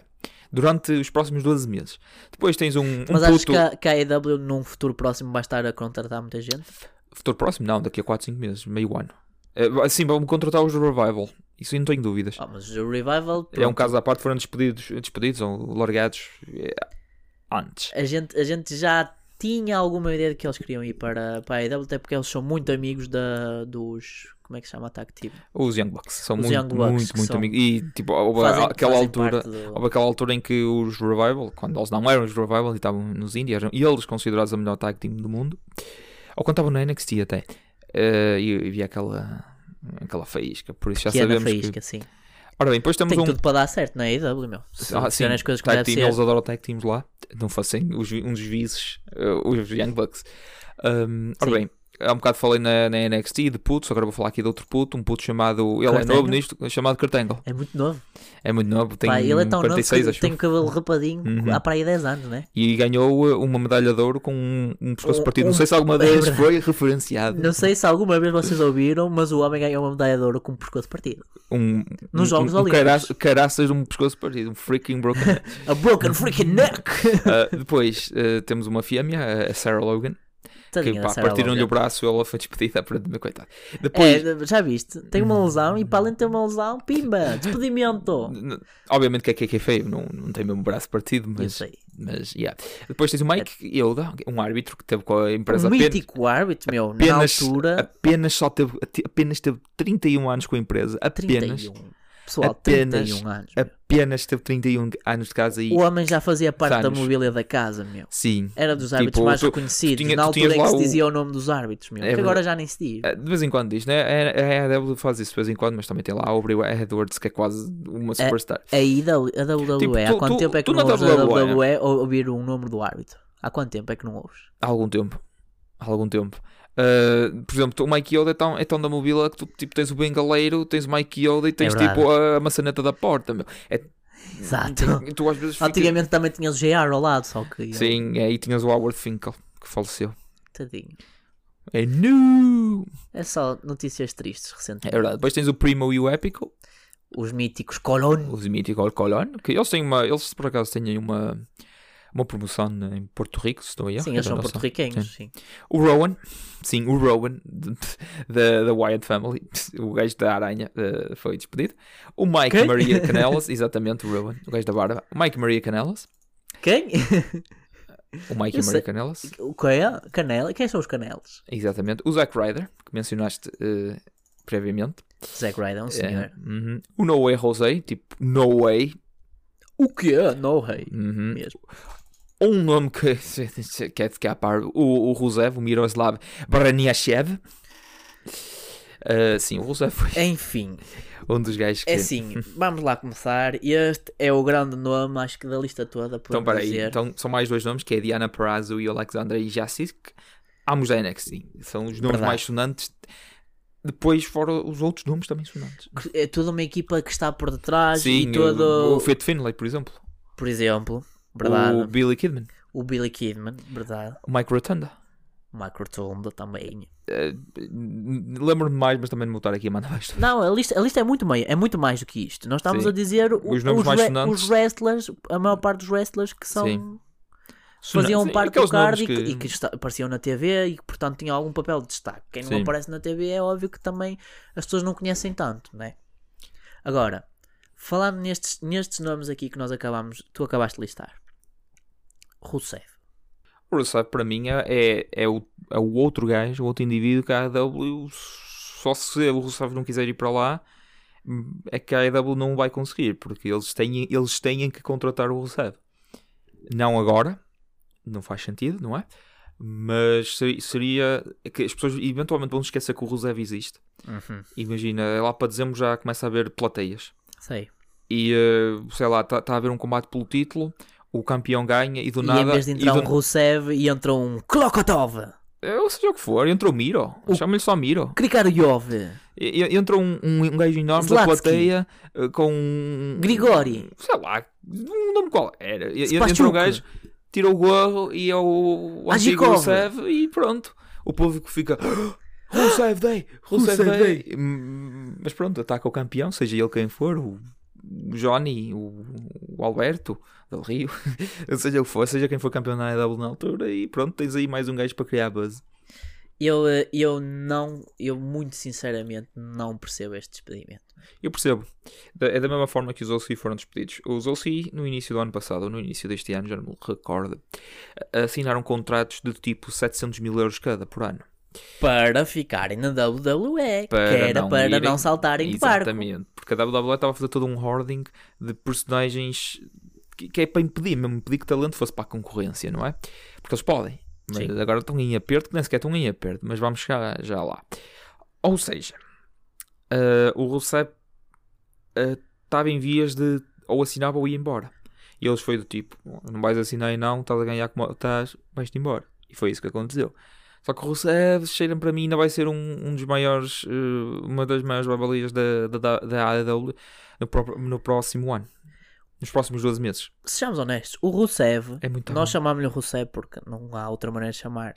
Speaker 1: Durante os próximos 12 meses. Depois tens um, um
Speaker 2: Mas acho
Speaker 1: puto-
Speaker 2: que a, que a AEW num futuro próximo vai estar a contratar muita gente.
Speaker 1: Futuro próximo? Não, daqui a 4, 5 meses, meio ano. É, sim, vão contratar os do Revival. Isso eu não tenho dúvidas.
Speaker 2: Ah, mas o Revival.
Speaker 1: é um
Speaker 2: pronto.
Speaker 1: caso à parte, foram despedidos, despedidos ou largados é, antes.
Speaker 2: a, gente, a gente já tinha alguma ideia de que eles queriam ir para, para a AEW, até porque eles são muito amigos da, dos. Como é que se chama? Tag Team.
Speaker 1: Os Young Bucks são
Speaker 2: Os
Speaker 1: muito,
Speaker 2: Young Bucks,
Speaker 1: muito,
Speaker 2: que
Speaker 1: muito
Speaker 2: são-
Speaker 1: amigos. E tipo, houve
Speaker 2: Fazem-
Speaker 1: aquela
Speaker 2: fazem
Speaker 1: altura.
Speaker 2: parte do-
Speaker 1: Houve aquela altura em que os Revival, quando eles não eram os Revival e estavam nos Indies, eram e eles considerados a melhor tag team do mundo, ou quando estavam na NXT até, eh, e, e havia aquela, aquela faísca, por isso já
Speaker 2: que é na
Speaker 1: sabemos que...
Speaker 2: faísca, sim.
Speaker 1: Ora bem, depois temos
Speaker 2: Tem
Speaker 1: um...
Speaker 2: tudo para dar certo na AEW, meu. Se
Speaker 1: Ah, sim,
Speaker 2: fizerem as coisas que
Speaker 1: tag
Speaker 2: deve
Speaker 1: team,
Speaker 2: ser.
Speaker 1: eles adoram tag teams lá, não fossem os, vi- uns vices, eh, os Young Bucks. Um, ora
Speaker 2: Sim.
Speaker 1: bem, há um bocado falei na, na NXT de putos, agora vou falar aqui de outro puto, um puto chamado, ele é
Speaker 2: Kurt
Speaker 1: novo
Speaker 2: Angle?
Speaker 1: nisto, chamado Kurt Angle.
Speaker 2: É muito novo.
Speaker 1: É muito novo, tem
Speaker 2: Pá, ele é tão
Speaker 1: 46,
Speaker 2: novo que
Speaker 1: acho.
Speaker 2: tem o cabelo rapadinho
Speaker 1: Uhum.
Speaker 2: há para aí 10 anos, né?
Speaker 1: E ganhou eh, uma medalha de ouro com um, um pescoço
Speaker 2: Um-
Speaker 1: partido. Não
Speaker 2: um-
Speaker 1: sei se alguma
Speaker 2: é
Speaker 1: vez
Speaker 2: verdade.
Speaker 1: foi referenciado.
Speaker 2: Não sei se alguma vez vocês ouviram, mas o homem ganhou uma medalha de ouro com um pescoço partido.
Speaker 1: Um, um-
Speaker 2: Nos Jogos
Speaker 1: um, um
Speaker 2: Olímpicos.
Speaker 1: caraça- caraças de um pescoço partido. Um freaking broken.
Speaker 2: A broken freaking neck!
Speaker 1: Ah, depois eh, temos uma fêmea, a Sarah Logan, que
Speaker 2: Tadinha da
Speaker 1: pá,
Speaker 2: Sarah
Speaker 1: partiram-lhe o
Speaker 2: Logan.
Speaker 1: braço ela foi despedida. Aparentemente, coitada. Depois,
Speaker 2: É, já viste? Tem uma lesão e para além de ter uma lesão, pimba! Despedimento!
Speaker 1: n- n- obviamente que é que é, que é feio, não, não tem mesmo braço partido,
Speaker 2: Eu
Speaker 1: mas,
Speaker 2: sei. É.
Speaker 1: mas yeah. Depois tens o Mike Yoda, um árbitro que teve com a empresa
Speaker 2: Um
Speaker 1: apenas-
Speaker 2: mítico né? árbitro, meu, na
Speaker 1: apenas,
Speaker 2: altura.
Speaker 1: apenas só teve, apenas teve 31 anos com a empresa. Apenas.
Speaker 2: 31. Pessoal,
Speaker 1: apenas-
Speaker 2: 31 anos. meu.
Speaker 1: apenas teve 31 anos de casa e
Speaker 2: O homem já fazia parte da
Speaker 1: anos.
Speaker 2: mobília da casa, meu.
Speaker 1: sim.
Speaker 2: Era dos árbitros
Speaker 1: Tipo,
Speaker 2: mais
Speaker 1: tu-
Speaker 2: reconhecidos.
Speaker 1: tu tinha-
Speaker 2: na
Speaker 1: tu
Speaker 2: altura
Speaker 1: tinhas
Speaker 2: em que
Speaker 1: lá
Speaker 2: se
Speaker 1: o-
Speaker 2: dizia o nome dos árbitros, meu.
Speaker 1: É
Speaker 2: que
Speaker 1: verdade.
Speaker 2: agora já nem se diz.
Speaker 1: Eh, De vez em quando diz, né? A a- a AEW faz isso de vez em quando, mas também tem lá a Aubrey Edwards, que é quase uma superstar.
Speaker 2: A IW a WWE,
Speaker 1: Tipo,
Speaker 2: há
Speaker 1: tu-
Speaker 2: quanto
Speaker 1: tu-
Speaker 2: tempo é que
Speaker 1: tu
Speaker 2: não
Speaker 1: na
Speaker 2: ouves a
Speaker 1: WWE, né?
Speaker 2: WWE ou- ouvir o nome do árbitro? Há quanto tempo é que não ouves?
Speaker 1: Há algum tempo. Há algum tempo. Eh, por exemplo, o Mike Yoda é tão, é tão da mobília que tu tipo, tens o bengaleiro, tens o Mike Yoda e tens
Speaker 2: É verdade.
Speaker 1: tipo a, a maçaneta da porta. Meu. É,
Speaker 2: Exato.
Speaker 1: e tu às vezes ficas-
Speaker 2: Antigamente é? também tinhas o JR ao lado, só que.
Speaker 1: Sim, aí tinhas o Howard Finkel que faleceu.
Speaker 2: Tadinho.
Speaker 1: É nu!
Speaker 2: É só notícias tristes
Speaker 1: É
Speaker 2: recentes.
Speaker 1: verdade. Depois tens o Primo e o Épico, É.
Speaker 2: Os míticos Colon.
Speaker 1: os Mythical Colon, que eles têm uma, eles por acaso têm uma, uma promoção né, em Porto Rico, se estou a erro,
Speaker 2: Sim,
Speaker 1: que
Speaker 2: eles
Speaker 1: era
Speaker 2: são
Speaker 1: nossa.
Speaker 2: porto-riquenhos. Sim.
Speaker 1: O Rowan, sim, o Rowan de- da da Wyatt Family, o gajo da aranha, eh, foi despedido. O Mike
Speaker 2: Quem?
Speaker 1: Maria Canelas, exatamente, o Rowan, o gajo da barba. O Mike Maria Canelas,
Speaker 2: Quem?
Speaker 1: o Mike
Speaker 2: Eu
Speaker 1: Maria
Speaker 2: sei.
Speaker 1: Canelas,
Speaker 2: O que é? Canela? Quem são os canelas?
Speaker 1: exatamente. O Zack Ryder, que mencionaste eh, previamente.
Speaker 2: Zack Ryder, um senhor.
Speaker 1: Eh, uhum. O No Way Jose, tipo, No Way.
Speaker 2: O que é? No rei.
Speaker 1: Uhum.
Speaker 2: Mesmo.
Speaker 1: um nome que, que é de cá par, o, o Rusev, o Miroslav Baraniashev. Ah, sim, o Rusev foi
Speaker 2: Enfim,
Speaker 1: um dos gajos que.
Speaker 2: é assim, vamos lá começar. Este é o grande nome, acho que da lista toda,
Speaker 1: então,
Speaker 2: podemos
Speaker 1: peraí,
Speaker 2: dizer.
Speaker 1: então, são mais dois nomes que é Diana Perazzo e Alexandra Jacek. Ambos da NXT. São os nomes
Speaker 2: Verdade.
Speaker 1: mais sonantes. Depois foram os outros nomes também sonantes.
Speaker 2: Que É toda uma equipa que está por detrás
Speaker 1: Sim,
Speaker 2: Ah, e
Speaker 1: o,
Speaker 2: todo,
Speaker 1: o Fit Finlay, por exemplo.
Speaker 2: por exemplo, verdade,
Speaker 1: O Billy Kidman.
Speaker 2: o, Billy Kidman, verdade,
Speaker 1: O Mike Rotunda.
Speaker 2: o Mike Rotunda também.
Speaker 1: Ah, Lembro-me mais, mas também de montar aqui a mandar mais.
Speaker 2: Não, a lista, a lista é muito meio, é muito mais do que isto. Nós estamos
Speaker 1: Sim.
Speaker 2: a dizer o-
Speaker 1: Os nomes mais sonantes.
Speaker 2: os wrestlers, a maior parte dos wrestlers que são
Speaker 1: Sim.
Speaker 2: faziam
Speaker 1: Sim,
Speaker 2: parte do
Speaker 1: aqueles nomes
Speaker 2: card e que, e que esta- apareciam na TV e que portanto tinham algum papel de destaque. Quem não
Speaker 1: Sim.
Speaker 2: aparece na TV é óbvio que também as pessoas não conhecem tanto, né? Agora, falando nestes, nestes nomes aqui que nós acabamos, tu acabaste de listar. Rusev.
Speaker 1: O Rusev para mim é, é, é o, é o outro gajo, o outro indivíduo que a AEW só se o Rusev não quiser ir para lá é que a AEW não vai conseguir porque eles têm, eles têm que contratar o Rusev não agora não faz sentido, não é? mas se- seria é que as pessoas eventualmente vão esquecer que o Rusev existe Uhum. imagina, é lá para dezembro já começa a haver plateias
Speaker 2: Sei.
Speaker 1: e eh, sei lá, está tá a haver um combate pelo título o campeão ganha e do
Speaker 2: e
Speaker 1: nada
Speaker 2: em vez de
Speaker 1: e
Speaker 2: entrar
Speaker 1: do-
Speaker 2: um Rusev e entra um Klokotov,
Speaker 1: É, ou seja o que for, entrou o Miro. Chama-lhe só Miro.
Speaker 2: Krikaryov,
Speaker 1: E- e- Entra um, um, um gajo enorme da
Speaker 2: Zlatsky.
Speaker 1: plateia eh, com. um-
Speaker 2: Grigori.
Speaker 1: Sei lá, não lembro qual era. E- e-
Speaker 2: Spachuk.
Speaker 1: Entra um gajo, tira o gorro e é o, o antigo
Speaker 2: Ajikov.
Speaker 1: Rusev e pronto. O público fica. "Ah, Rusev Day! Rusev
Speaker 2: Rusev
Speaker 1: Day! Hum, Mas pronto, ataca o campeão, seja ele quem for, o Johnny, o, o Alberto del Rio, seja, o que for, seja quem for campeão na AEW na altura, e pronto, tens aí mais um gajo para criar buzz.
Speaker 2: Eu, eh, eu não, eu muito sinceramente não percebo este despedimento.
Speaker 1: Eu percebo. Da- É da mesma forma que os OC foram despedidos. Os OC, no início do ano passado, ou no início deste ano, já não me recordo, a- assinaram contratos de tipo 700 mil euros cada por ano.
Speaker 2: Para ficarem na WWE,
Speaker 1: Para
Speaker 2: que era
Speaker 1: não
Speaker 2: para
Speaker 1: irem-
Speaker 2: não saltarem de barco.
Speaker 1: Exatamente. Porque a WWE estava a fazer todo um hoarding de personagens que, que é para impedir, mesmo impedir que talento fosse para a concorrência, não é? Porque eles podem. Mas
Speaker 2: Sim.
Speaker 1: agora estão em aperto, que nem sequer estão em aperto, mas vamos chegar já lá. Ou seja, eh, o Rusev eh, estava em vias de ou assinava ou ia embora. E eles foi do tipo, não vais assinar e não, estás a ganhar como estás, vais-te embora. E foi isso que aconteceu. Só que o Rusev, cheira para mim, ainda vai ser um, um dos maiores, eh, uma das maiores babalias da, da, da- da AEW no, pró- no próximo ano. Nos próximos 12 meses.
Speaker 2: Sejamos honestos, o Rusev,
Speaker 1: É muito
Speaker 2: nós
Speaker 1: bom.
Speaker 2: chamámos-lhe Rusev porque não há outra maneira de chamar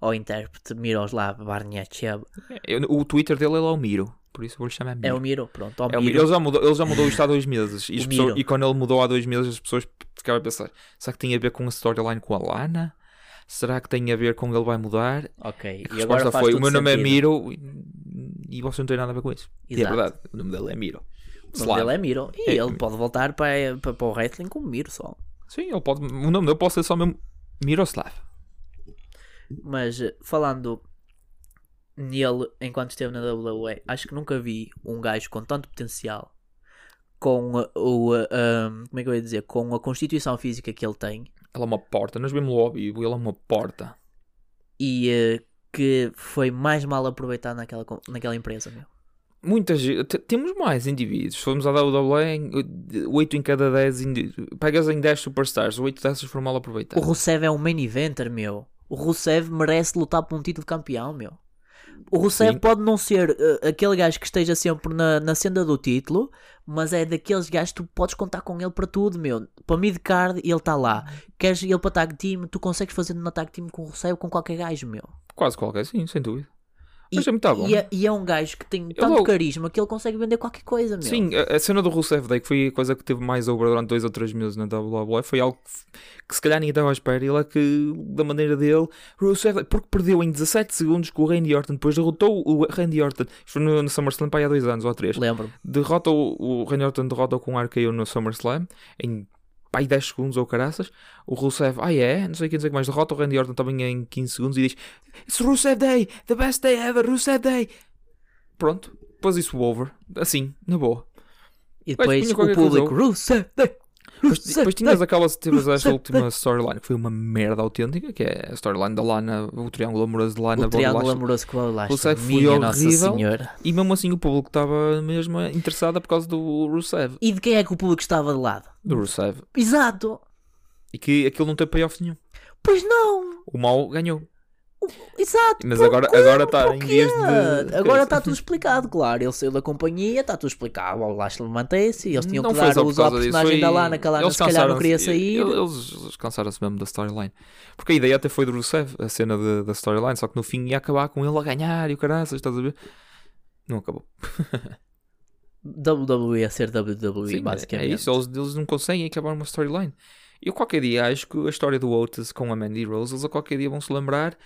Speaker 2: ao intérprete Miroslav Barniachev.
Speaker 1: Eu- o Twitter dele é lá o Miro, por isso vou-lhe chamar Miro.
Speaker 2: É o Miro, pronto, ao
Speaker 1: É o Miro.
Speaker 2: Miro.
Speaker 1: Ele, já mudou, ele já mudou isto há dois meses. E, as
Speaker 2: O
Speaker 1: pessoas-
Speaker 2: Miro.
Speaker 1: e quando ele mudou há dois meses, as pessoas ficavam a pensar: será que tem a ver com a storyline com a Lana? Será que tem a ver com ele vai mudar?
Speaker 2: Ok,
Speaker 1: E a
Speaker 2: e agora
Speaker 1: resposta
Speaker 2: faz
Speaker 1: foi: o
Speaker 2: todo
Speaker 1: meu nome é
Speaker 2: sentido.
Speaker 1: Miro e, e você não tem nada a ver com isso. E é
Speaker 2: Exato.
Speaker 1: verdade, o nome dele é Miro.
Speaker 2: O nome dele é Miro. E
Speaker 1: É.
Speaker 2: ele pode voltar para, para, para o wrestling como Miro só.
Speaker 1: Sim, ele pode, o nome dele pode ser só mesmo Miroslav.
Speaker 2: Mas eh, falando nele enquanto esteve na WWE, acho que nunca vi um gajo com tanto potencial, com eh, o. eh, ahm, como é que eu ia dizer? Com a constituição física que ele tem
Speaker 1: Ela é uma porta, nós vimos logo e ele é uma porta.
Speaker 2: e eh, que foi mais mal aproveitado naquela, co- naquela empresa, meu.
Speaker 1: Muitas, te- temos mais indivíduos. Se formos à WWE, 8 em cada 10. indi- Pegas em 10 superstars, 8 dessas foram mal
Speaker 2: O
Speaker 1: aproveitadas.
Speaker 2: Rusev é um main eventer, meu. O Rusev merece lutar por um título de campeão, meu. O Rusev
Speaker 1: Sim.
Speaker 2: pode não ser eh, aquele gajo que esteja sempre na, na senda do título, mas é daqueles gajos que tu podes contar com ele para tudo, meu. Para midcard, ele está lá.
Speaker 1: Uhum.
Speaker 2: Queres ele para tag team, tu consegues fazer no tag team com o Rusev, com qualquer gajo, meu.
Speaker 1: Quase qualquer, sim, sem dúvida.
Speaker 2: E,
Speaker 1: Mas é muito bom.
Speaker 2: e é, e é um gajo que tem tanto
Speaker 1: logo-
Speaker 2: carisma que ele consegue vender qualquer coisa, meu.
Speaker 1: Sim, a, a cena do Rusev Day, que foi a coisa que teve mais obra durante dois ou três meses na WWE, foi algo que, f- que se calhar ninguém estava à espera. Ele é que, da maneira dele, Rusev Day, porque perdeu em 17 segundos com o Randy Orton, depois derrotou o Randy Orton, isto foi no, no SummerSlam para aí há dois anos ou há três,
Speaker 2: Lembro-me.
Speaker 1: derrota o, o Randy Orton derrota com um RKO no SummerSlam em pai 10 segundos ou caraças. O Rusev, ah é, não sei o que, não sei o que mais, derrota o Randy Orton também em 15 segundos e diz It's Rusev Day, the best day ever, Rusev Day. Pronto, pôs isso over, assim, na boa.
Speaker 2: E
Speaker 1: Mas
Speaker 2: depois
Speaker 1: tinha
Speaker 2: o
Speaker 1: qualquer
Speaker 2: público,
Speaker 1: coisa.
Speaker 2: Rusev, Day,
Speaker 1: Depois,
Speaker 2: Rusev
Speaker 1: depois tinhas aquela, tivas essa
Speaker 2: Rusev
Speaker 1: última storyline que foi uma merda autêntica, que é a storyline da Lana, o triângulo amoroso de Lana,
Speaker 2: O
Speaker 1: Bobby
Speaker 2: triângulo
Speaker 1: Lashley.
Speaker 2: amoroso com o Lashley.
Speaker 1: Rusev foi
Speaker 2: Minha Nossa
Speaker 1: horrível.
Speaker 2: Senhora.
Speaker 1: E mesmo assim o público estava mesmo interessado por causa do Rusev.
Speaker 2: E de quem é que o público estava de lado?
Speaker 1: Do Rusev.
Speaker 2: Exato.
Speaker 1: E que aquilo não teve payoff nenhum.
Speaker 2: Pois não.
Speaker 1: O mal ganhou.
Speaker 2: Exato.
Speaker 1: Mas
Speaker 2: Por-
Speaker 1: agora,
Speaker 2: como?
Speaker 1: agora está Tá, em
Speaker 2: Porquê?
Speaker 1: vias de.
Speaker 2: Agora tá-
Speaker 1: coisa.
Speaker 2: está tudo explicado, claro. Ele saiu da companhia, está tudo explicado. O Lashley mantém-se. e Eles tinham
Speaker 1: Não
Speaker 2: que
Speaker 1: foi
Speaker 2: dar
Speaker 1: só por
Speaker 2: uso à
Speaker 1: causa disso, foi-
Speaker 2: personagem da Lana, que a Lana
Speaker 1: eles
Speaker 2: se calhar não
Speaker 1: cansaram-se-
Speaker 2: queria sair.
Speaker 1: Eles, eles cansaram-se mesmo da storyline. Porque a ideia até foi do Rusev, a cena de- da storyline, só que no fim ia acabar com ele a ganhar e o caraças, estás a ver? Não acabou.
Speaker 2: WWE a ser WWE,
Speaker 1: Sim, é
Speaker 2: basicamente.
Speaker 1: isso, eles, eles não conseguem acabar uma storyline. Eu qualquer dia acho que a história do Otis com a Mandy Rose, eles a qualquer dia vão se lembrar,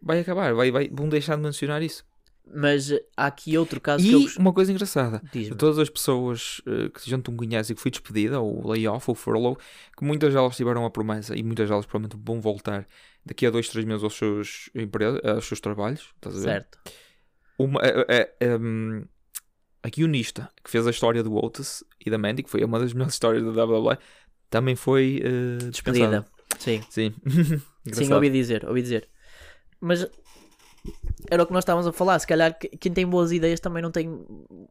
Speaker 1: vai acabar, vai, vai, vão deixar de mencionar isso.
Speaker 2: Mas eh, há aqui outro caso que eu
Speaker 1: E
Speaker 2: gost-
Speaker 1: uma coisa engraçada, de
Speaker 2: Diz-me.
Speaker 1: todas as pessoas eh, que juntam conhece e que foi despedida, ou layoff, ou furlough, que muitas delas tiveram a promessa e muitas delas provavelmente vão voltar daqui a dois, três meses aos seus, empre- aos seus trabalhos, estás a ver?
Speaker 2: Certo.
Speaker 1: Uma, a, a, a, um, a guionista que fez a história do Otis e da Mandy, que foi uma das melhores histórias da WWE, também foi eh, dispensada.
Speaker 2: Despedida. Sim.
Speaker 1: Sim.
Speaker 2: Sim,
Speaker 1: Engraçado.
Speaker 2: ouvi dizer, ouvi dizer. Mas era o que nós estávamos a falar. Se calhar que- quem tem boas ideias também não tem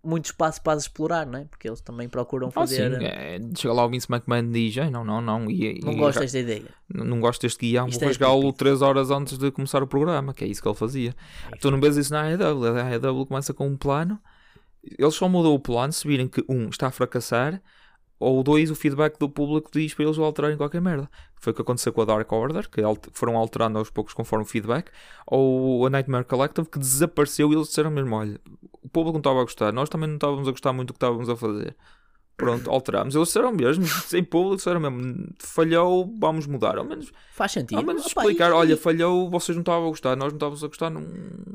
Speaker 2: muito espaço para as explorar, não é? Porque eles também procuram
Speaker 1: Ah, sim,
Speaker 2: fazer.
Speaker 1: é, chega lá o Vince McMahon e diz: "Ei, não, não, não, e,
Speaker 2: não
Speaker 1: e-
Speaker 2: gosto desta ideia.
Speaker 1: não gosto deste guião,
Speaker 2: Isto
Speaker 1: vou
Speaker 2: é
Speaker 1: rasgá-lo
Speaker 2: estúpido.
Speaker 1: 3 horas antes de começar o programa, que é isso que ele fazia. Tu não vês isso na AEW, a AEW começa com um plano, eles só mudam o plano se virem que um está a fracassar, ou dois, o feedback do público diz para eles o alterarem qualquer merda. Foi o que aconteceu com a Dark Order, que alt- foram alterando aos poucos conforme o feedback, ou a Nightmare Collective, que desapareceu e eles disseram mesmo: olha, o público não estava a gostar, nós também não estávamos a gostar muito do que estávamos a fazer. Pronto, alteramos. Eles disseram mesmo, sem público, disseram mesmo: falhou, vamos mudar. Ao menos
Speaker 2: Faz sentido.
Speaker 1: ao menos
Speaker 2: Opa,
Speaker 1: Ah, explicar,
Speaker 2: e-
Speaker 1: olha,
Speaker 2: e-
Speaker 1: falhou, vocês não estavam a gostar, nós não estávamos a gostar, não,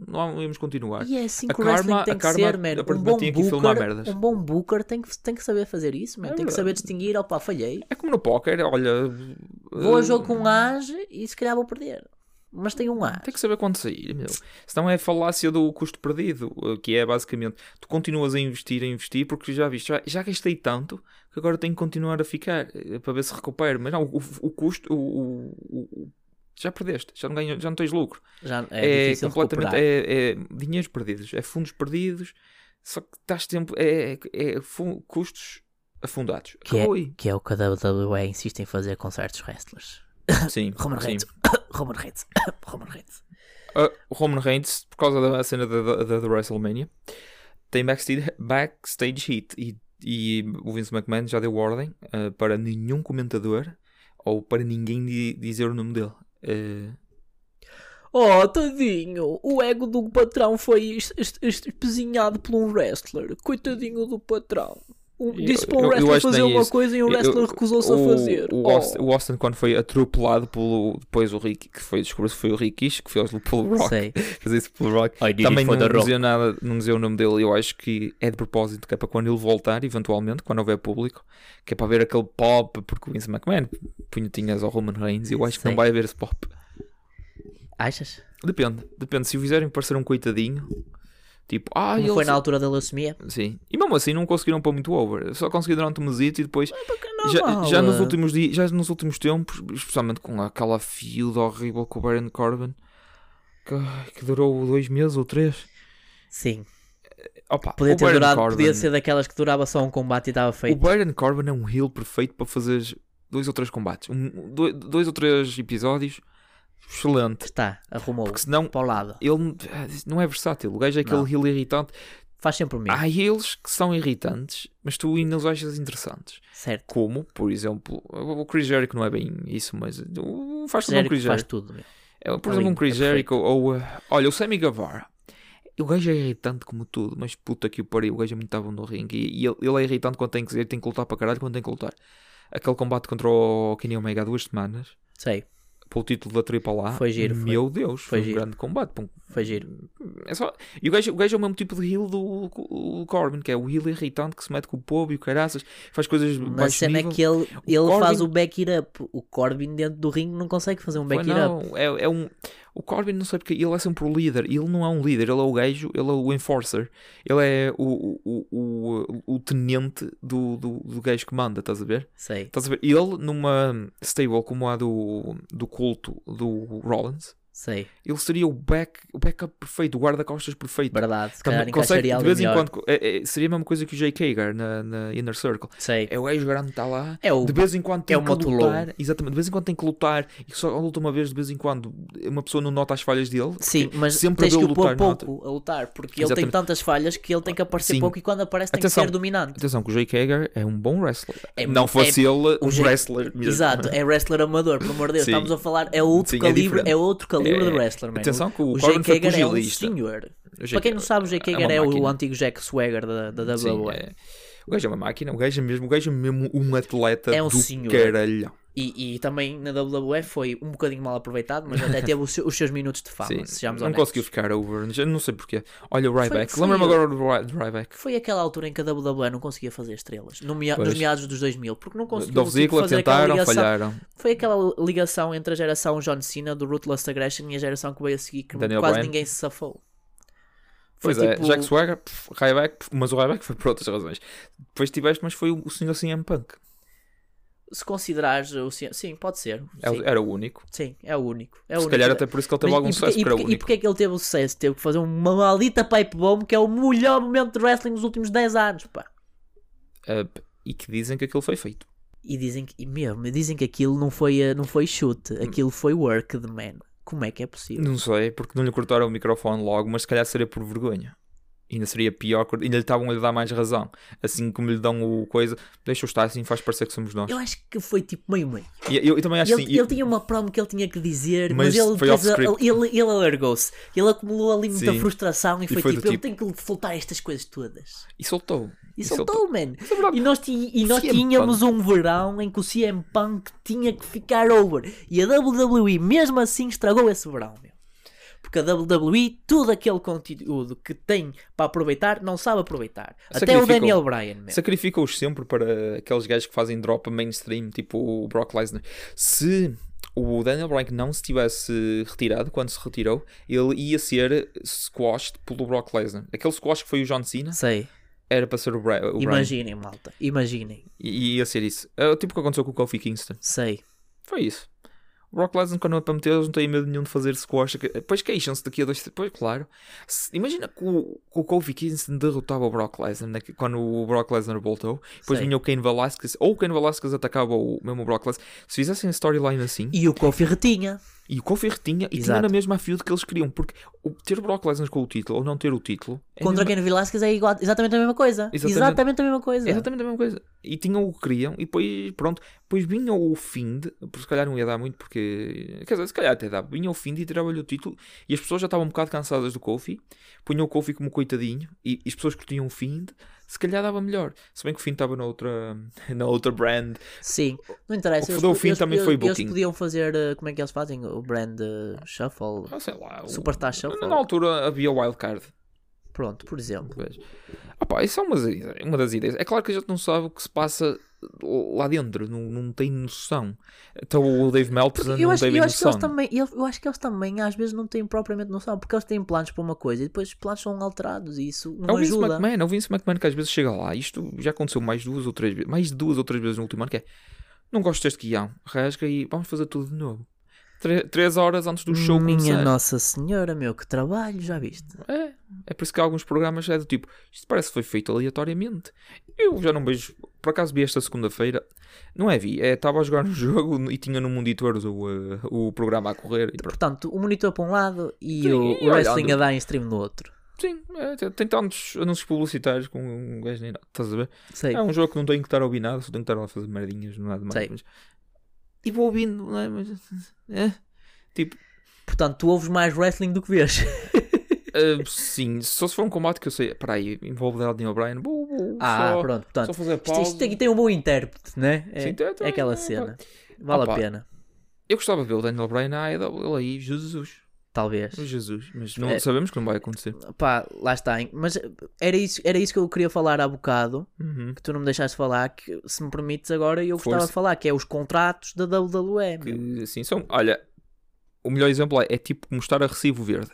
Speaker 1: não íamos continuar.
Speaker 2: E é assim
Speaker 1: A
Speaker 2: que o wrestling
Speaker 1: Karma-
Speaker 2: tem
Speaker 1: a
Speaker 2: que
Speaker 1: Karma
Speaker 2: ser, man. Um
Speaker 1: aparentemente
Speaker 2: bom,
Speaker 1: tinha que filmar merdas.
Speaker 2: booker, um bom booker tem que, tem que saber fazer isso, man.
Speaker 1: É
Speaker 2: tem que saber distinguir. Opa, falhei.
Speaker 1: É como no póquer, olha.
Speaker 2: Vou
Speaker 1: eh,
Speaker 2: ao jogo com um as e se calhar vou perder. Mas tem um as.
Speaker 1: Tem que saber quando sair, meu. Senão é a falácia do custo perdido, eh, que é basicamente tu continuas a investir, a investir, porque já viste, já, já gastei tanto que agora tenho que continuar a ficar eh, para ver se recupero. Mas não, o, o custo, o, o- o- já perdeste, já não, ganhas, já não tens lucro.
Speaker 2: Já é,
Speaker 1: é,
Speaker 2: difícil
Speaker 1: completamente
Speaker 2: recuperar.
Speaker 1: é, é dinheiros perdidos, é fundos perdidos, só que estás tempo é, é fu- custos afundados.
Speaker 2: Que
Speaker 1: Acabou
Speaker 2: é,
Speaker 1: aí.
Speaker 2: que é o que a WWE insiste em fazer com certos wrestlers.
Speaker 1: Sim,
Speaker 2: Roman
Speaker 1: sim.
Speaker 2: Reigns. Roman Reigns. Roman Reigns.
Speaker 1: Ah, o Roman Reigns, por causa da cena da, da, da- da WrestleMania, tem backstage, backstage hit e, e o Vince McMahon já deu ordem ah, para nenhum comentador ou para ninguém di- dizer o nome dele. Ah,
Speaker 2: Oh, tadinho, o ego do patrão foi espesinhado por um wrestler. Coitadinho do patrão. Um,
Speaker 1: Eu-
Speaker 2: disse para
Speaker 1: eu-
Speaker 2: um
Speaker 1: eu
Speaker 2: wrestler
Speaker 1: acho que
Speaker 2: fazer
Speaker 1: nem
Speaker 2: uma
Speaker 1: isso.
Speaker 2: coisa e o wrestler
Speaker 1: Eu-
Speaker 2: recusou-se
Speaker 1: o-
Speaker 2: a fazer.
Speaker 1: O,
Speaker 2: Oh.
Speaker 1: Austin, o Austin, quando foi atropelado pelo. Depois o Rick, que foi descobrido que foi o Rick Ish, que fez pelo Rock.
Speaker 2: Sei.
Speaker 1: Fazer isso pelo Rock. Também não dizia nada, não dizia o nome dele. Eu acho que é de propósito, que é para quando ele voltar, eventualmente, quando houver público, que é para ver aquele pop, porque o Vince McMahon punhetinhas ao Roman Reigns. Eu acho que
Speaker 2: Sim.
Speaker 1: não vai haver esse pop.
Speaker 2: Achas?
Speaker 1: Depende, depende. Se o fizerem parecer um coitadinho, tipo, ah,
Speaker 2: Como
Speaker 1: ele.
Speaker 2: foi na altura da leucemia?
Speaker 1: Sim. E mesmo assim não conseguiram pôr muito over. Só conseguiram durante um mesito e depois.
Speaker 2: Não eh.
Speaker 1: Já,
Speaker 2: vale.
Speaker 1: já nos últimos dias, já nos últimos tempos, especialmente com aquela feud horrível com o Baron Corbin, que, que durou dois meses ou três.
Speaker 2: Sim,
Speaker 1: Opa,
Speaker 2: podia
Speaker 1: o
Speaker 2: ter
Speaker 1: Baron
Speaker 2: durado,
Speaker 1: Corbin,
Speaker 2: podia ser daquelas que durava só um combate e estava
Speaker 1: O
Speaker 2: feito.
Speaker 1: Baron Corbin é um heel perfeito para fazer dois ou três combates, um, do- dois, ou três episódios, excelente.
Speaker 2: Está, arrumou
Speaker 1: Porque senão
Speaker 2: para o lado.
Speaker 1: ele não é versátil. O gajo é aquele
Speaker 2: Não.
Speaker 1: heel irritante.
Speaker 2: Faz sempre o mesmo,
Speaker 1: Há heels que são irritantes, mas tu ainda os achas interessantes.
Speaker 2: certo?
Speaker 1: Como, por exemplo, o Chris Jericho não é bem isso, mas uh, faz tudo o
Speaker 2: Jericho
Speaker 1: Chris
Speaker 2: faz
Speaker 1: Jericho.
Speaker 2: tudo. meu.
Speaker 1: É, por
Speaker 2: Tá
Speaker 1: exemplo, um
Speaker 2: lindo,
Speaker 1: Chris
Speaker 2: é
Speaker 1: Jericho ou. uh, olha, o Sammy Guevara. O gajo é irritante como tudo, mas puta que o pariu, o gajo é muito bom no ringue. E, e ele, ele é irritante quando tem que, ele tem que lutar para caralho, quando tem que lutar. Aquele combate contra o Kenny Omega há duas semanas,
Speaker 2: Sei,
Speaker 1: pelo título da Triple A.
Speaker 2: Foi giro, foi.
Speaker 1: Meu Deus,
Speaker 2: Foi
Speaker 1: foi, um
Speaker 2: giro.
Speaker 1: grande combate. pá, um-
Speaker 2: foi giro.
Speaker 1: É só... E o gajo, o gajo é o mesmo tipo de heel do, do Corbin, que é o heel irritante que se mete com o povo e o caraças, faz coisas
Speaker 2: Mas a
Speaker 1: baixo
Speaker 2: cena é
Speaker 1: nível.
Speaker 2: que ele, ele
Speaker 1: Corbin-
Speaker 2: faz o back it up. O Corbin dentro do ringue não consegue fazer um
Speaker 1: Foi,
Speaker 2: back it up.
Speaker 1: não, é, é um. O Corbin não sei porque ele é sempre o líder. e Ele não é um líder, ele é o gajo, ele é o enforcer. Ele é o, o, o, o, o tenente do, do, do gajo que manda, estás a ver?
Speaker 2: Sei.
Speaker 1: Estás a ver? Ele numa stable como a do, do culto do Rollins,
Speaker 2: Sei,
Speaker 1: ele seria o, back, o backup perfeito, o guarda-costas perfeito.
Speaker 2: verdade. Se calhar
Speaker 1: Também consegue,
Speaker 2: encaixaria
Speaker 1: de
Speaker 2: algo
Speaker 1: vez em
Speaker 2: melhor.
Speaker 1: quando é- é- seria a mesma coisa que o Jake Hager na, na Inner Circle.
Speaker 2: Sei.
Speaker 1: É o gajo grande está lá,
Speaker 2: É o.
Speaker 1: de vez em quando tem
Speaker 2: é o
Speaker 1: que
Speaker 2: Matulou.
Speaker 1: lutar, exatamente, de vez em quando tem que lutar e só luta uma vez de vez em quando uma pessoa não nota as falhas dele.
Speaker 2: Sim, mas
Speaker 1: sempre
Speaker 2: tens
Speaker 1: deu
Speaker 2: que o pôr
Speaker 1: lutar, não
Speaker 2: pouco a lutar, porque ele tem
Speaker 1: Exatamente.
Speaker 2: tantas falhas que ele tem que aparecer
Speaker 1: Sim.
Speaker 2: pouco e quando aparece tem
Speaker 1: Atenção.
Speaker 2: que ser dominante.
Speaker 1: Atenção, que o Jake Hager é um bom wrestler.
Speaker 2: É-
Speaker 1: não fosse ele um
Speaker 2: o Jake-
Speaker 1: wrestler mesmo.
Speaker 2: Exato, é wrestler amador, pelo amor de Deus.
Speaker 1: Sim.
Speaker 2: Estamos a falar, é outro
Speaker 1: Sim, é
Speaker 2: calibre, é,
Speaker 1: diferente.
Speaker 2: outro
Speaker 1: É-
Speaker 2: calibre de wrestler, man.
Speaker 1: Atenção que o,
Speaker 2: o
Speaker 1: Corbin
Speaker 2: Jake
Speaker 1: foi
Speaker 2: Hager é um
Speaker 1: pugilista.
Speaker 2: senhor.
Speaker 1: O Jake
Speaker 2: Para quem não sabe, o Jake
Speaker 1: é
Speaker 2: Hager
Speaker 1: uma
Speaker 2: é, o
Speaker 1: máquina.
Speaker 2: antigo Jack Swagger da, da
Speaker 1: Sim,
Speaker 2: WWE.
Speaker 1: é. O gajo é uma máquina, o gajo é mesmo, o gajo é mesmo um atleta
Speaker 2: É um
Speaker 1: do
Speaker 2: senhor.
Speaker 1: caralhão.
Speaker 2: E, e também na WWE foi um bocadinho mal aproveitado, mas até teve os, seu- os seus minutos de fama,
Speaker 1: Sim,
Speaker 2: sejamos
Speaker 1: não
Speaker 2: honestos.
Speaker 1: conseguiu ficar over, já não sei porquê. Olha o Ryback,
Speaker 2: foi
Speaker 1: lembra-me
Speaker 2: ele.
Speaker 1: agora do Ry- do Ryback.
Speaker 2: Foi aquela altura em que a WWE não conseguia fazer estrelas, no mea-
Speaker 1: Pois.
Speaker 2: nos meados dos 2000, porque não conseguiu
Speaker 1: Dolph
Speaker 2: tipo,
Speaker 1: Ziggler
Speaker 2: fazer aquela
Speaker 1: tentaram,
Speaker 2: ligação.
Speaker 1: falharam.
Speaker 2: Foi aquela ligação entre a geração John Cena do Ruthless Aggression e a geração que veio a seguir, que
Speaker 1: Daniel
Speaker 2: quase
Speaker 1: Bryan.
Speaker 2: ninguém se safou. tipo,
Speaker 1: Pois é, Jack Swagger, pff, Ryback, pff, mas o Ryback foi por outras razões. Depois tiveste, mas foi o o senhor CM Punk.
Speaker 2: se considerares o Cien- Sim, pode ser.
Speaker 1: É o-
Speaker 2: sim,
Speaker 1: era o único.
Speaker 2: sim, é o único. É o
Speaker 1: Se
Speaker 2: único.
Speaker 1: calhar até por isso que ele teve
Speaker 2: Mas
Speaker 1: algum
Speaker 2: e
Speaker 1: sucesso,
Speaker 2: porquê, e
Speaker 1: porque era o
Speaker 2: porquê- e
Speaker 1: único.
Speaker 2: porquê é que ele teve o sucesso? Teve que fazer uma maldita pipe bomb que é o melhor momento de wrestling dos últimos 10 anos, pá.
Speaker 1: Ah, p- E que dizem que aquilo foi feito.
Speaker 2: E dizem que, e mesmo, dizem que aquilo não foi, eh, não foi chute, aquilo foi work de man. Como é que é possível?
Speaker 1: Não sei, porque não lhe cortaram o microfone logo, mas se calhar seria por vergonha. Ainda seria pior, cor- ainda lhe estavam a lhe dar mais razão. Assim como lhe dão o coisa, deixa-o estar assim, faz parecer que somos nós.
Speaker 2: Eu acho que foi tipo meio meio.
Speaker 1: E eu, eu também acho
Speaker 2: ele,
Speaker 1: assim. e-
Speaker 2: ele tinha uma promo que ele tinha que dizer,
Speaker 1: Mas
Speaker 2: mas, ele,
Speaker 1: foi
Speaker 2: depois
Speaker 1: off
Speaker 2: ele,
Speaker 1: script.
Speaker 2: ele, ele alargou-se. Ele acumulou ali muita
Speaker 1: Sim.
Speaker 2: frustração e, foi,
Speaker 1: foi do
Speaker 2: tipo, eu
Speaker 1: tipo-
Speaker 2: tenho que soltar estas coisas todas.
Speaker 1: E soltou.
Speaker 2: E,
Speaker 1: E
Speaker 2: soltou, man.
Speaker 1: é verdade.
Speaker 2: E nós, ti- e nós
Speaker 1: CM
Speaker 2: tínhamos um verão em que o CM Punk tinha que ficar over. E a WWE mesmo assim estragou esse verão, meu. Porque a WWE, todo aquele conteúdo que tem para aproveitar, não sabe aproveitar. Até o
Speaker 1: Sacrificou.
Speaker 2: Daniel Bryan, meu.
Speaker 1: Sacrificam-os sempre para aqueles gajos que fazem drop mainstream, tipo o Brock Lesnar. Se o Daniel Bryan não se tivesse retirado, quando se retirou, ele ia ser squashed pelo Brock Lesnar. Aquele squash que foi o John Cena
Speaker 2: Sei.
Speaker 1: era para ser o, Bra o Bryan.
Speaker 2: Imaginem, malta. Imaginem.
Speaker 1: E e ia ser isso. É o tipo que aconteceu com o Kofi Kingston.
Speaker 2: Sei.
Speaker 1: Foi isso. O Brock Lesnar, quando é para meter, eles não têm medo nenhum de fazer squash. Que- Depois queixam-se daqui a dois. Depois, claro. Se- imagina que o, que o Kofi Kingston derrotava o Brock Lesnar né, que- quando o Brock Lesnar voltou. Depois
Speaker 2: Sei.
Speaker 1: vinha o Kane Velasquez. Ou o Kane Velasquez atacava o mesmo o Brock Lesnar. Se fizessem a storyline assim.
Speaker 2: E o Kofi retinha.
Speaker 1: E o Kofi retinha. E tinha
Speaker 2: Exato.
Speaker 1: na mesma a feud que eles queriam. Porque o- ter o Brock Lesnar com o título ou não ter o título. é
Speaker 2: Contra
Speaker 1: mesmo-
Speaker 2: Ken Velasquez é igual, exatamente a mesma coisa.
Speaker 1: Exatamente.
Speaker 2: Exatamente, a mesma coisa.
Speaker 1: É exatamente a mesma coisa. E tinham o que queriam, e depois, pronto, depois vinha o Find, porque se calhar não ia dar muito, porque. Quer dizer, se calhar até dava. Vinha o Find e tirava-lhe o título, e as pessoas já estavam um bocado cansadas do Kofi, punham o Kofi como coitadinho, e, e as pessoas curtiam o Find, se calhar dava melhor. Se bem que o Find estava na outra, na outra brand,
Speaker 2: Sim, não
Speaker 1: O que
Speaker 2: interessa. eles
Speaker 1: deu o
Speaker 2: po-
Speaker 1: fim
Speaker 2: eles-
Speaker 1: também
Speaker 2: eles-
Speaker 1: foi
Speaker 2: Eles
Speaker 1: booking.
Speaker 2: podiam fazer, eh, como é que eles fazem? O brand eh, shuffle.
Speaker 1: ah, sei lá. o-
Speaker 2: Superstar Shuffle.
Speaker 1: Na altura havia Wildcard.
Speaker 2: Pronto, por exemplo.
Speaker 1: Pois. Ah pá, isso é uma, uma das ideias. É claro que a gente não sabe o que se passa lá dentro, não, não tem noção. Então o Dave Meltzer
Speaker 2: Porque
Speaker 1: não
Speaker 2: eu acho,
Speaker 1: teve
Speaker 2: eu acho que
Speaker 1: noção.
Speaker 2: eles também, eu, eu acho que eles também às vezes não têm propriamente noção, porque eles têm planos para uma coisa e depois os planos são alterados e isso
Speaker 1: É
Speaker 2: não
Speaker 1: o Vince
Speaker 2: ajuda.
Speaker 1: McMahon, é o Vince McMahon que às vezes chega lá, isto já aconteceu mais duas ou três vezes, mais de duas ou três vezes no último ano, que é, não gosto deste guião, rasga e vamos fazer tudo de novo. Tre- três horas antes do show
Speaker 2: Minha
Speaker 1: começar.
Speaker 2: Nossa Senhora, meu, que trabalho, já viste?
Speaker 1: É, é por isso que há alguns programas é do tipo, isto parece que foi feito aleatoriamente. Eu já não vejo, por acaso vi esta segunda-feira, não é vi, é, estava a jogar um jogo e tinha no monitor o, eh, o programa a correr. E pronto.
Speaker 2: Portanto, o monitor para um lado e
Speaker 1: Sim,
Speaker 2: o,
Speaker 1: e
Speaker 2: o
Speaker 1: olhando.
Speaker 2: wrestling a dar em stream no outro.
Speaker 1: Sim, é, tem- tem tantos anúncios publicitários com um gajo nem nada, estás a ver?
Speaker 2: Sei.
Speaker 1: É um jogo que não tenho que estar a ouvir nada, só tenho que estar lá a fazer merdinhas, não há nada mais.
Speaker 2: Sei.
Speaker 1: Mas... E vou ouvindo, não é? Mas... é. Tipo,
Speaker 2: Portanto, tu ouves mais wrestling do que vês.
Speaker 1: ah, sim, só se for um combate que eu sei, peraí, envolve Daniel O'Brien, vou, vou
Speaker 2: Ah,
Speaker 1: só,
Speaker 2: pronto, portanto.
Speaker 1: só fazer
Speaker 2: Isto,
Speaker 1: pausa.
Speaker 2: isto aqui tem um bom intérprete, né? É,
Speaker 1: Sim, tem- tem-
Speaker 2: é aquela
Speaker 1: tem-
Speaker 2: cena. Vale
Speaker 1: Opa.
Speaker 2: a pena,
Speaker 1: Eu gostava de ver o Daniel Bryan na AEW, ele aí, Jesus,
Speaker 2: talvez.
Speaker 1: Jesus, mas não,
Speaker 2: É.
Speaker 1: sabemos que não vai acontecer.
Speaker 2: Pá, lá está. hein? Mas era isso, era isso que eu queria falar há bocado,
Speaker 1: Uhum.
Speaker 2: que tu não me deixaste falar, que se me permites agora eu gostava
Speaker 1: Força.
Speaker 2: de falar, que é os contratos da WWE. meu.
Speaker 1: Que, assim, são, olha, o melhor exemplo é, é tipo mostrar a recibo verde.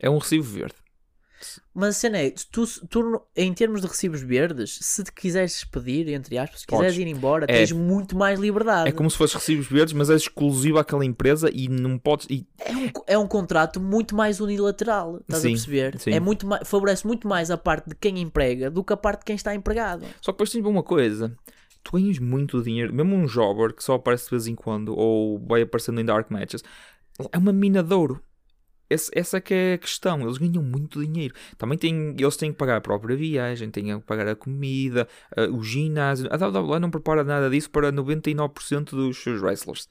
Speaker 1: É um recibo verde.
Speaker 2: Mas a cena é, tu, tu, em termos de recibos verdes, se te quiseres pedir, entre aspas, se
Speaker 1: Podes.
Speaker 2: quiseres ir embora,
Speaker 1: É.
Speaker 2: tens muito mais liberdade.
Speaker 1: É como se fosse recibos verdes, mas é exclusivo àquela empresa e não podes. E
Speaker 2: é um contrato muito mais unilateral, estás
Speaker 1: Sim,
Speaker 2: a perceber?
Speaker 1: sim.
Speaker 2: É muito mais, favorece muito mais a parte de quem emprega do que a parte de quem está empregado.
Speaker 1: Só que depois tens uma coisa. Tu ganhas muito dinheiro, mesmo um jobber que só aparece de vez em quando ou vai aparecendo em dark matches, é uma mina de ouro. Esse- essa é que é a questão, eles ganham muito dinheiro. Também têm, eles têm que pagar a própria viagem, têm que pagar a comida, eh, o ginásio. A WWE não prepara nada disso para 99% dos seus wrestlers.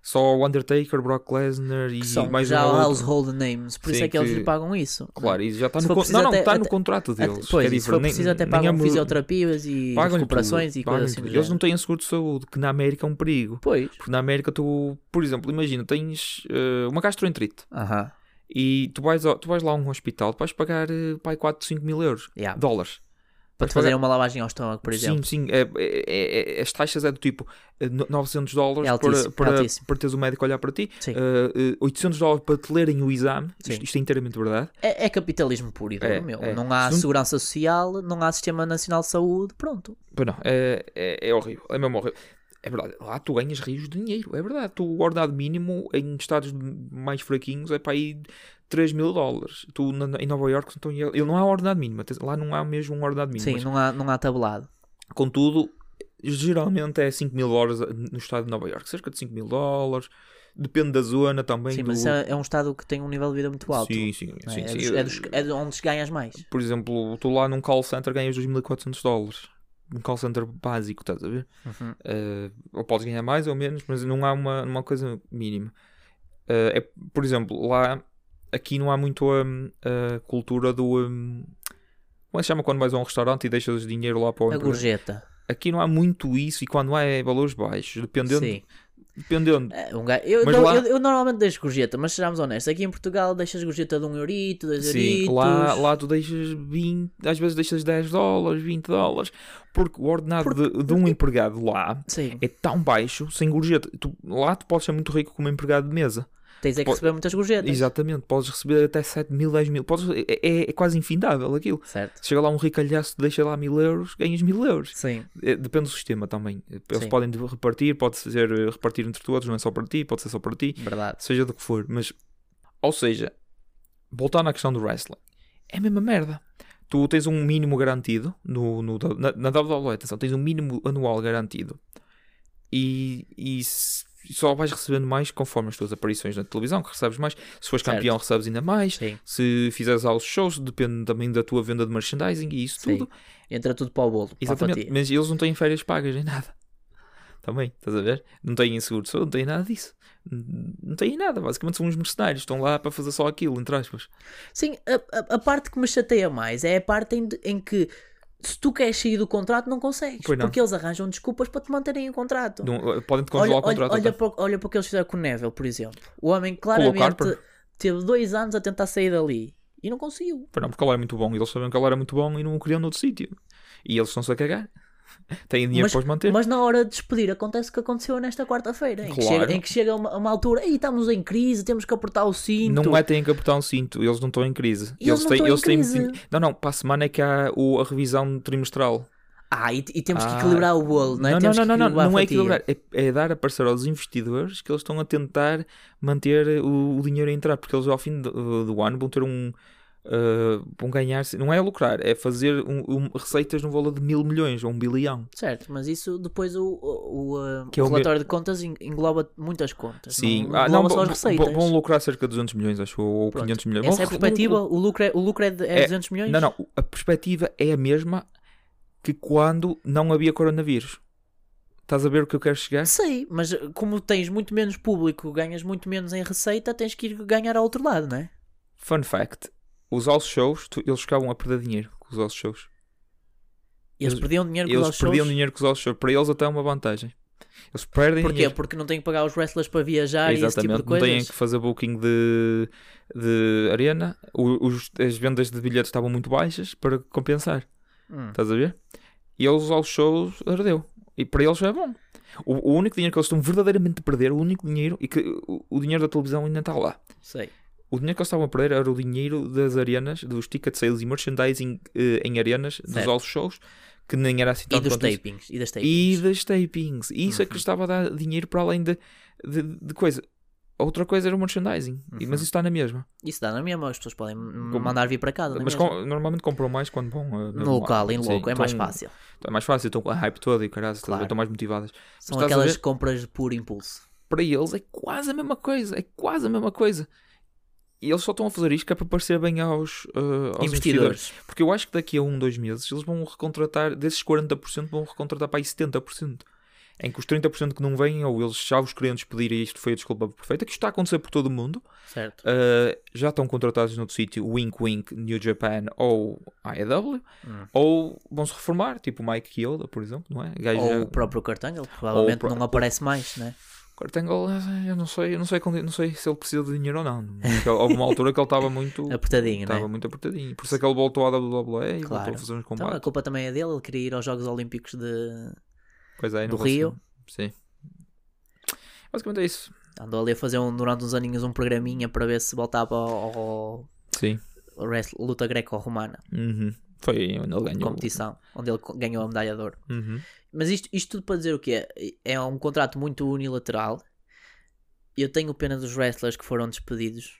Speaker 1: Só o Undertaker, Brock Lesnar e
Speaker 2: que são
Speaker 1: mais
Speaker 2: já
Speaker 1: um ou outro.
Speaker 2: household names, por
Speaker 1: Sim,
Speaker 2: isso é que, eles
Speaker 1: que-
Speaker 2: lhe pagam isso.
Speaker 1: Claro, e já está
Speaker 2: Se
Speaker 1: no,
Speaker 2: for
Speaker 1: con-
Speaker 2: preciso
Speaker 1: não, não,
Speaker 2: até-
Speaker 1: está no
Speaker 2: até-
Speaker 1: contrato deles.
Speaker 2: Até-
Speaker 1: que é
Speaker 2: pois, e se for
Speaker 1: diferente. Nem-
Speaker 2: preciso, até
Speaker 1: nem
Speaker 2: pagam
Speaker 1: é-
Speaker 2: fisioterapias e
Speaker 1: Pagam-lhe
Speaker 2: recuperações
Speaker 1: tudo,
Speaker 2: e coisas
Speaker 1: pagam-lhe
Speaker 2: assim.
Speaker 1: tudo.
Speaker 2: do
Speaker 1: Eles não
Speaker 2: género.
Speaker 1: têm seguro de saúde, que na América é um perigo.
Speaker 2: Pois.
Speaker 1: Porque na América tu, por exemplo, imagina, tens eh, uma gastroenterite
Speaker 2: Aham.
Speaker 1: e tu vais, ao- tu vais lá a um hospital, tu vais pagar eh, pai 4, 5 mil euros,
Speaker 2: Yeah.
Speaker 1: dólares.
Speaker 2: Para te
Speaker 1: pagar-
Speaker 2: fazerem uma lavagem ao estômago, por exemplo.
Speaker 1: Sim, sim. é- é- é- as taxas é do tipo eh, no- 900 dólares
Speaker 2: É
Speaker 1: para,
Speaker 2: altíssimo, é
Speaker 1: para,
Speaker 2: altíssimo.
Speaker 1: para teres o médico olhar para ti,
Speaker 2: Sim.
Speaker 1: eh, eh, 800 dólares para te lerem o exame.
Speaker 2: Sim.
Speaker 1: Isto, isto é inteiramente verdade.
Speaker 2: É, é capitalismo puro e duro,
Speaker 1: É,
Speaker 2: meu.
Speaker 1: é.
Speaker 2: Não há
Speaker 1: Se não-
Speaker 2: segurança social, não há sistema nacional de saúde, pronto.
Speaker 1: Pois não, é, é, é horrível, é mesmo horrível. É verdade, lá tu ganhas rios de dinheiro, é verdade. Tu, o ordenado mínimo em estados mais fraquinhos é para aí 3 mil dólares. Tu na- em Nova Iorque, então, ele ele não há ordenado mínimo, atenção, lá não há mesmo um ordenado mínimo.
Speaker 2: Sim,
Speaker 1: mas,
Speaker 2: não, há, não há tabelado.
Speaker 1: Contudo, geralmente é 5 mil dólares no estado de Nova Iorque, cerca de 5 mil dólares, depende da zona também.
Speaker 2: Sim,
Speaker 1: do...
Speaker 2: mas é, é um estado que tem um nível de vida muito alto.
Speaker 1: Sim, sim,
Speaker 2: não é?
Speaker 1: sim,
Speaker 2: é,
Speaker 1: sim.
Speaker 2: dos- é dos- é de onde se ganhas mais.
Speaker 1: Por exemplo, tu lá num call center ganhas 2.400 dólares. Um call center básico, estás a ver? Eh, ou podes ganhar mais ou menos, mas não há uma, uma coisa mínima. Eh, é, por exemplo, lá aqui não há muito hum, a, cultura do. hum, como é que se chama quando vais a um restaurante e deixas dinheiro lá para o
Speaker 2: A
Speaker 1: empresa?
Speaker 2: gorjeta.
Speaker 1: Aqui não há muito isso e quando há é valores baixos, dependendo.
Speaker 2: Sim.
Speaker 1: dependendo.
Speaker 2: É, um ga- Eu,
Speaker 1: Mas
Speaker 2: dou-
Speaker 1: lá-
Speaker 2: eu- eu normalmente deixo gorjeta, mas sejamos honestos, aqui em Portugal deixas gorjeta de um eurito, dois
Speaker 1: Sim,
Speaker 2: euritos.
Speaker 1: lá, lá tu deixas 20, às vezes deixas 10 dólares, 20 dólares, porque o ordenado de, de um empregado lá
Speaker 2: Sim,
Speaker 1: é tão baixo, sem gorjeta. Tu- lá tu podes ser muito rico como empregado de mesa.
Speaker 2: tens é que
Speaker 1: po-
Speaker 2: receber muitas gorjetas.
Speaker 1: Exatamente, podes receber até 7 mil, 10 mil. Podes, é, é- é quase infindável aquilo.
Speaker 2: Certo.
Speaker 1: Chega lá um ricalhaço, deixa lá mil euros, ganhas mil euros.
Speaker 2: Sim,
Speaker 1: É, Depende do sistema também. Eles
Speaker 2: Sim.
Speaker 1: podem repartir, pode ser eh, repartir entre todos, não é só para ti, pode ser só para ti,
Speaker 2: verdade.
Speaker 1: seja do que for. Mas, ou seja, voltando à questão do wrestling, é a mesma merda. Tu tens um mínimo garantido no, no- na, na WWE, atenção, tens um mínimo anual garantido e, e s- só vais recebendo mais conforme as tuas aparições na televisão, que recebes mais. Se fores
Speaker 2: Certo.
Speaker 1: campeão, recebes ainda mais.
Speaker 2: Sim.
Speaker 1: Se fizeres aos shows, depende também da tua venda de merchandising e isso
Speaker 2: Sim.
Speaker 1: tudo.
Speaker 2: Entra tudo para o bolo. para a
Speaker 1: Exatamente,
Speaker 2: fatia.
Speaker 1: mas eles não têm férias pagas nem nada. Também, estás a ver? Não têm seguro de saúde, não têm nada disso. N- Não têm nada, basicamente são uns mercenários, estão lá para fazer só aquilo, entre aspas.
Speaker 2: Sim, a, a- a parte que me chateia mais é a parte em, em que se tu queres sair do contrato não consegues.
Speaker 1: Pois não.
Speaker 2: Porque eles arranjam desculpas para te manterem o contrato.
Speaker 1: Não, eh, Podem-te
Speaker 2: Então,
Speaker 1: congelar
Speaker 2: olha,
Speaker 1: o
Speaker 2: olha,
Speaker 1: contrato.
Speaker 2: olha,
Speaker 1: até.
Speaker 2: para, o- olha para o que eles fizeram com o Neville, por exemplo. O homem claramente
Speaker 1: Harper.
Speaker 2: teve dois anos a tentar sair dali e não conseguiu.
Speaker 1: Pois não, porque ele era muito bom, e eles sabiam que ele era muito bom e não o queriam noutro sítio. E eles estão-se a cagar. Têm dinheiro
Speaker 2: Mas-
Speaker 1: para os manter.
Speaker 2: Mas na hora de despedir, acontece o que aconteceu nesta quarta-feira, em, que
Speaker 1: Claro.
Speaker 2: chega- em que chega uma, uma altura, aí estamos em crise, temos que apertar o cinto.
Speaker 1: Não é têm que apertar um cinto, eles não estão em crise.
Speaker 2: Eles não estão em crise.
Speaker 1: din- Não, não, para a semana é que há o- a revisão trimestral.
Speaker 2: Ah, e, e temos que
Speaker 1: Ah.
Speaker 2: equilibrar o bolo, não é?
Speaker 1: Não, não,
Speaker 2: Temos
Speaker 1: não,
Speaker 2: que
Speaker 1: não, não,
Speaker 2: equilibrar a
Speaker 1: não é
Speaker 2: fatia.
Speaker 1: equilibrar. É, é dar a parecer aos investidores que eles estão a tentar manter o, o dinheiro a entrar, porque eles ao fim do, do ano vão ter um. ah, vão ganhar. Não é lucrar, é fazer um- um- receitas no valor de mil milhões ou um bilhão.
Speaker 2: Certo, mas isso depois o, o, o, ah,
Speaker 1: Que
Speaker 2: o
Speaker 1: é o meu-
Speaker 2: relatório de contas en- engloba muitas contas.
Speaker 1: Sim,
Speaker 2: não,
Speaker 1: Ah,
Speaker 2: engloba só
Speaker 1: vão-
Speaker 2: as receitas.
Speaker 1: vão- vão lucrar cerca de 200 milhões, acho, ou ou
Speaker 2: Pronto.
Speaker 1: 500 milhões.
Speaker 2: Essa é
Speaker 1: Vão-
Speaker 2: a perspectiva? O lucro é, o lucro é, de, é
Speaker 1: É,
Speaker 2: 200 milhões?
Speaker 1: Não, não, a perspectiva é a mesma que quando não havia coronavírus. Estás a ver o que eu quero chegar?
Speaker 2: Sei, mas ah, como tens muito menos público, ganhas muito menos em receita, tens que ir ganhar ao outro lado, não é?
Speaker 1: Fun fact: os all shows, tu- eles ficavam a perder dinheiro com os all shows.
Speaker 2: Eles,
Speaker 1: Eles-
Speaker 2: perdiam dinheiro com os
Speaker 1: Eles
Speaker 2: aos
Speaker 1: perdiam
Speaker 2: shows.
Speaker 1: dinheiro com os all shows. Para eles, até é uma vantagem. Eles perdem
Speaker 2: Porquê?
Speaker 1: dinheiro.
Speaker 2: Porque não têm que pagar os wrestlers para viajar e esse
Speaker 1: Exatamente,
Speaker 2: tipo de
Speaker 1: não
Speaker 2: coisas?
Speaker 1: têm que fazer booking de, de arena. O- os- as vendas de bilhetes estavam muito baixas para compensar.
Speaker 2: Hum.
Speaker 1: Estás a ver? E eles aos shows ardeu. E para eles já é bom. O, o único dinheiro que eles estão verdadeiramente a perder, o único dinheiro, e que o, o dinheiro da televisão ainda está lá.
Speaker 2: Sei.
Speaker 1: O dinheiro que eles estavam a perder era o dinheiro das arenas, dos ticket sales e merchandising eh, em arenas, dos
Speaker 2: Certo.
Speaker 1: all shows, que nem era assim
Speaker 2: E
Speaker 1: tanto
Speaker 2: dos
Speaker 1: quanto isso.
Speaker 2: tapings. E das
Speaker 1: E
Speaker 2: tapings. Uhum.
Speaker 1: das tapings. E isso é que estava a dar dinheiro para além de, de, de coisa. Outra coisa era o merchandising, e- mas isso está na mesma.
Speaker 2: Isso dá na mesma, as pessoas podem m-
Speaker 1: Como-
Speaker 2: mandar vir para casa. na
Speaker 1: mas
Speaker 2: mesma.
Speaker 1: com- normalmente compram mais quando vão. eh, mesmo
Speaker 2: No
Speaker 1: lá.
Speaker 2: local, em
Speaker 1: Sim,
Speaker 2: louco, é
Speaker 1: estão-
Speaker 2: mais fácil.
Speaker 1: É mais fácil, estão com a hype toda e caralho,
Speaker 2: Claro.
Speaker 1: estão mais motivadas.
Speaker 2: São
Speaker 1: estás a
Speaker 2: aquelas
Speaker 1: ver?
Speaker 2: compras por impulso.
Speaker 1: Para eles é quase a mesma coisa, é quase a mesma coisa. E eles só estão a fazer isto que é para parecer bem aos, eh, aos investidores.
Speaker 2: Investidores.
Speaker 1: Porque eu acho que daqui a um, dois meses eles vão recontratar, desses 40% vão recontratar para aí 70%. Em que os 30% que não vêm, ou eles já os queriam despedir e isto foi a desculpa perfeita, que isto está a acontecer por todo o mundo,
Speaker 2: Certo.
Speaker 1: ah, já estão contratados noutro sítio, Wink Wink, New Japan ou AEW,
Speaker 2: Hum.
Speaker 1: ou vão se reformar, tipo Mike Kyoda, por exemplo, não é? Gajo
Speaker 2: Ou
Speaker 1: já-
Speaker 2: o próprio Cartangle, que provavelmente
Speaker 1: pro-
Speaker 2: não aparece mais, né?
Speaker 1: Cortangle, eh, eu não sei, eu não sei, quando- não sei se ele precisa de dinheiro ou não. Porque Houve uma altura que ele estava muito
Speaker 2: Apertadinho,
Speaker 1: estava
Speaker 2: né?
Speaker 1: muito apertadinho. Por isso é que ele voltou à WWE e voltou
Speaker 2: Claro.
Speaker 1: a fazer uns
Speaker 2: Então a
Speaker 1: combates.
Speaker 2: culpa também é dele, ele queria ir aos Jogos Olímpicos de.
Speaker 1: Pois é,
Speaker 2: do
Speaker 1: não consigo.
Speaker 2: Rio.
Speaker 1: Sim. Basicamente é isso.
Speaker 2: Andou ali a fazer um- durante uns aninhos um programinha para ver se voltava ao, ao-
Speaker 1: Sim.
Speaker 2: ao wrestling- luta greco-romana.
Speaker 1: Uhum. Foi onde ele ganhou.
Speaker 2: competição, onde ele co- ganhou a medalha de ouro.
Speaker 1: Uhum.
Speaker 2: Mas isto, isto tudo para dizer o quê? É um contrato muito unilateral. Eu tenho pena dos wrestlers que foram despedidos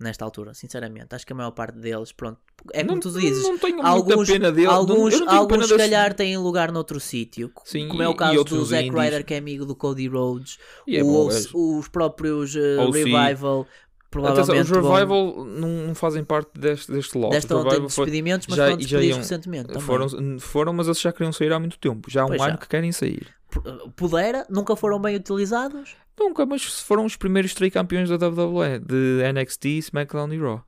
Speaker 2: nesta altura, sinceramente. Acho que a maior parte deles, pronto, é como
Speaker 1: não,
Speaker 2: tu dizes.
Speaker 1: Não tenho
Speaker 2: Alguns,
Speaker 1: muita pena dele. não-
Speaker 2: alguns,
Speaker 1: eu não tenho
Speaker 2: alguns
Speaker 1: pena
Speaker 2: se
Speaker 1: deles-
Speaker 2: calhar têm lugar noutro sítio, co-
Speaker 1: Sim,
Speaker 2: como é o
Speaker 1: e- e
Speaker 2: caso do
Speaker 1: outros
Speaker 2: Zack
Speaker 1: indies.
Speaker 2: Ryder, que é amigo do Cody Rhodes,
Speaker 1: E é
Speaker 2: o-
Speaker 1: bom, é-
Speaker 2: os, os próprios eh,
Speaker 1: OC.
Speaker 2: Revival, provavelmente
Speaker 1: Atenção, os
Speaker 2: vão-
Speaker 1: Revival não não fazem parte deste, deste lote.
Speaker 2: desta
Speaker 1: Os
Speaker 2: onda de
Speaker 1: Revival foi-
Speaker 2: despedimentos, mas
Speaker 1: já-
Speaker 2: foram
Speaker 1: já
Speaker 2: despedidos
Speaker 1: iam-
Speaker 2: recentemente. também.
Speaker 1: foram, foram, mas eles já queriam sair há muito tempo. Já há um
Speaker 2: Pois
Speaker 1: ano
Speaker 2: já.
Speaker 1: que querem sair.
Speaker 2: P- eh, Pudera, nunca foram bem utilizados.
Speaker 1: Nunca, mas foram os primeiros tricampeões da WWE, de NXT, SmackDown e Raw.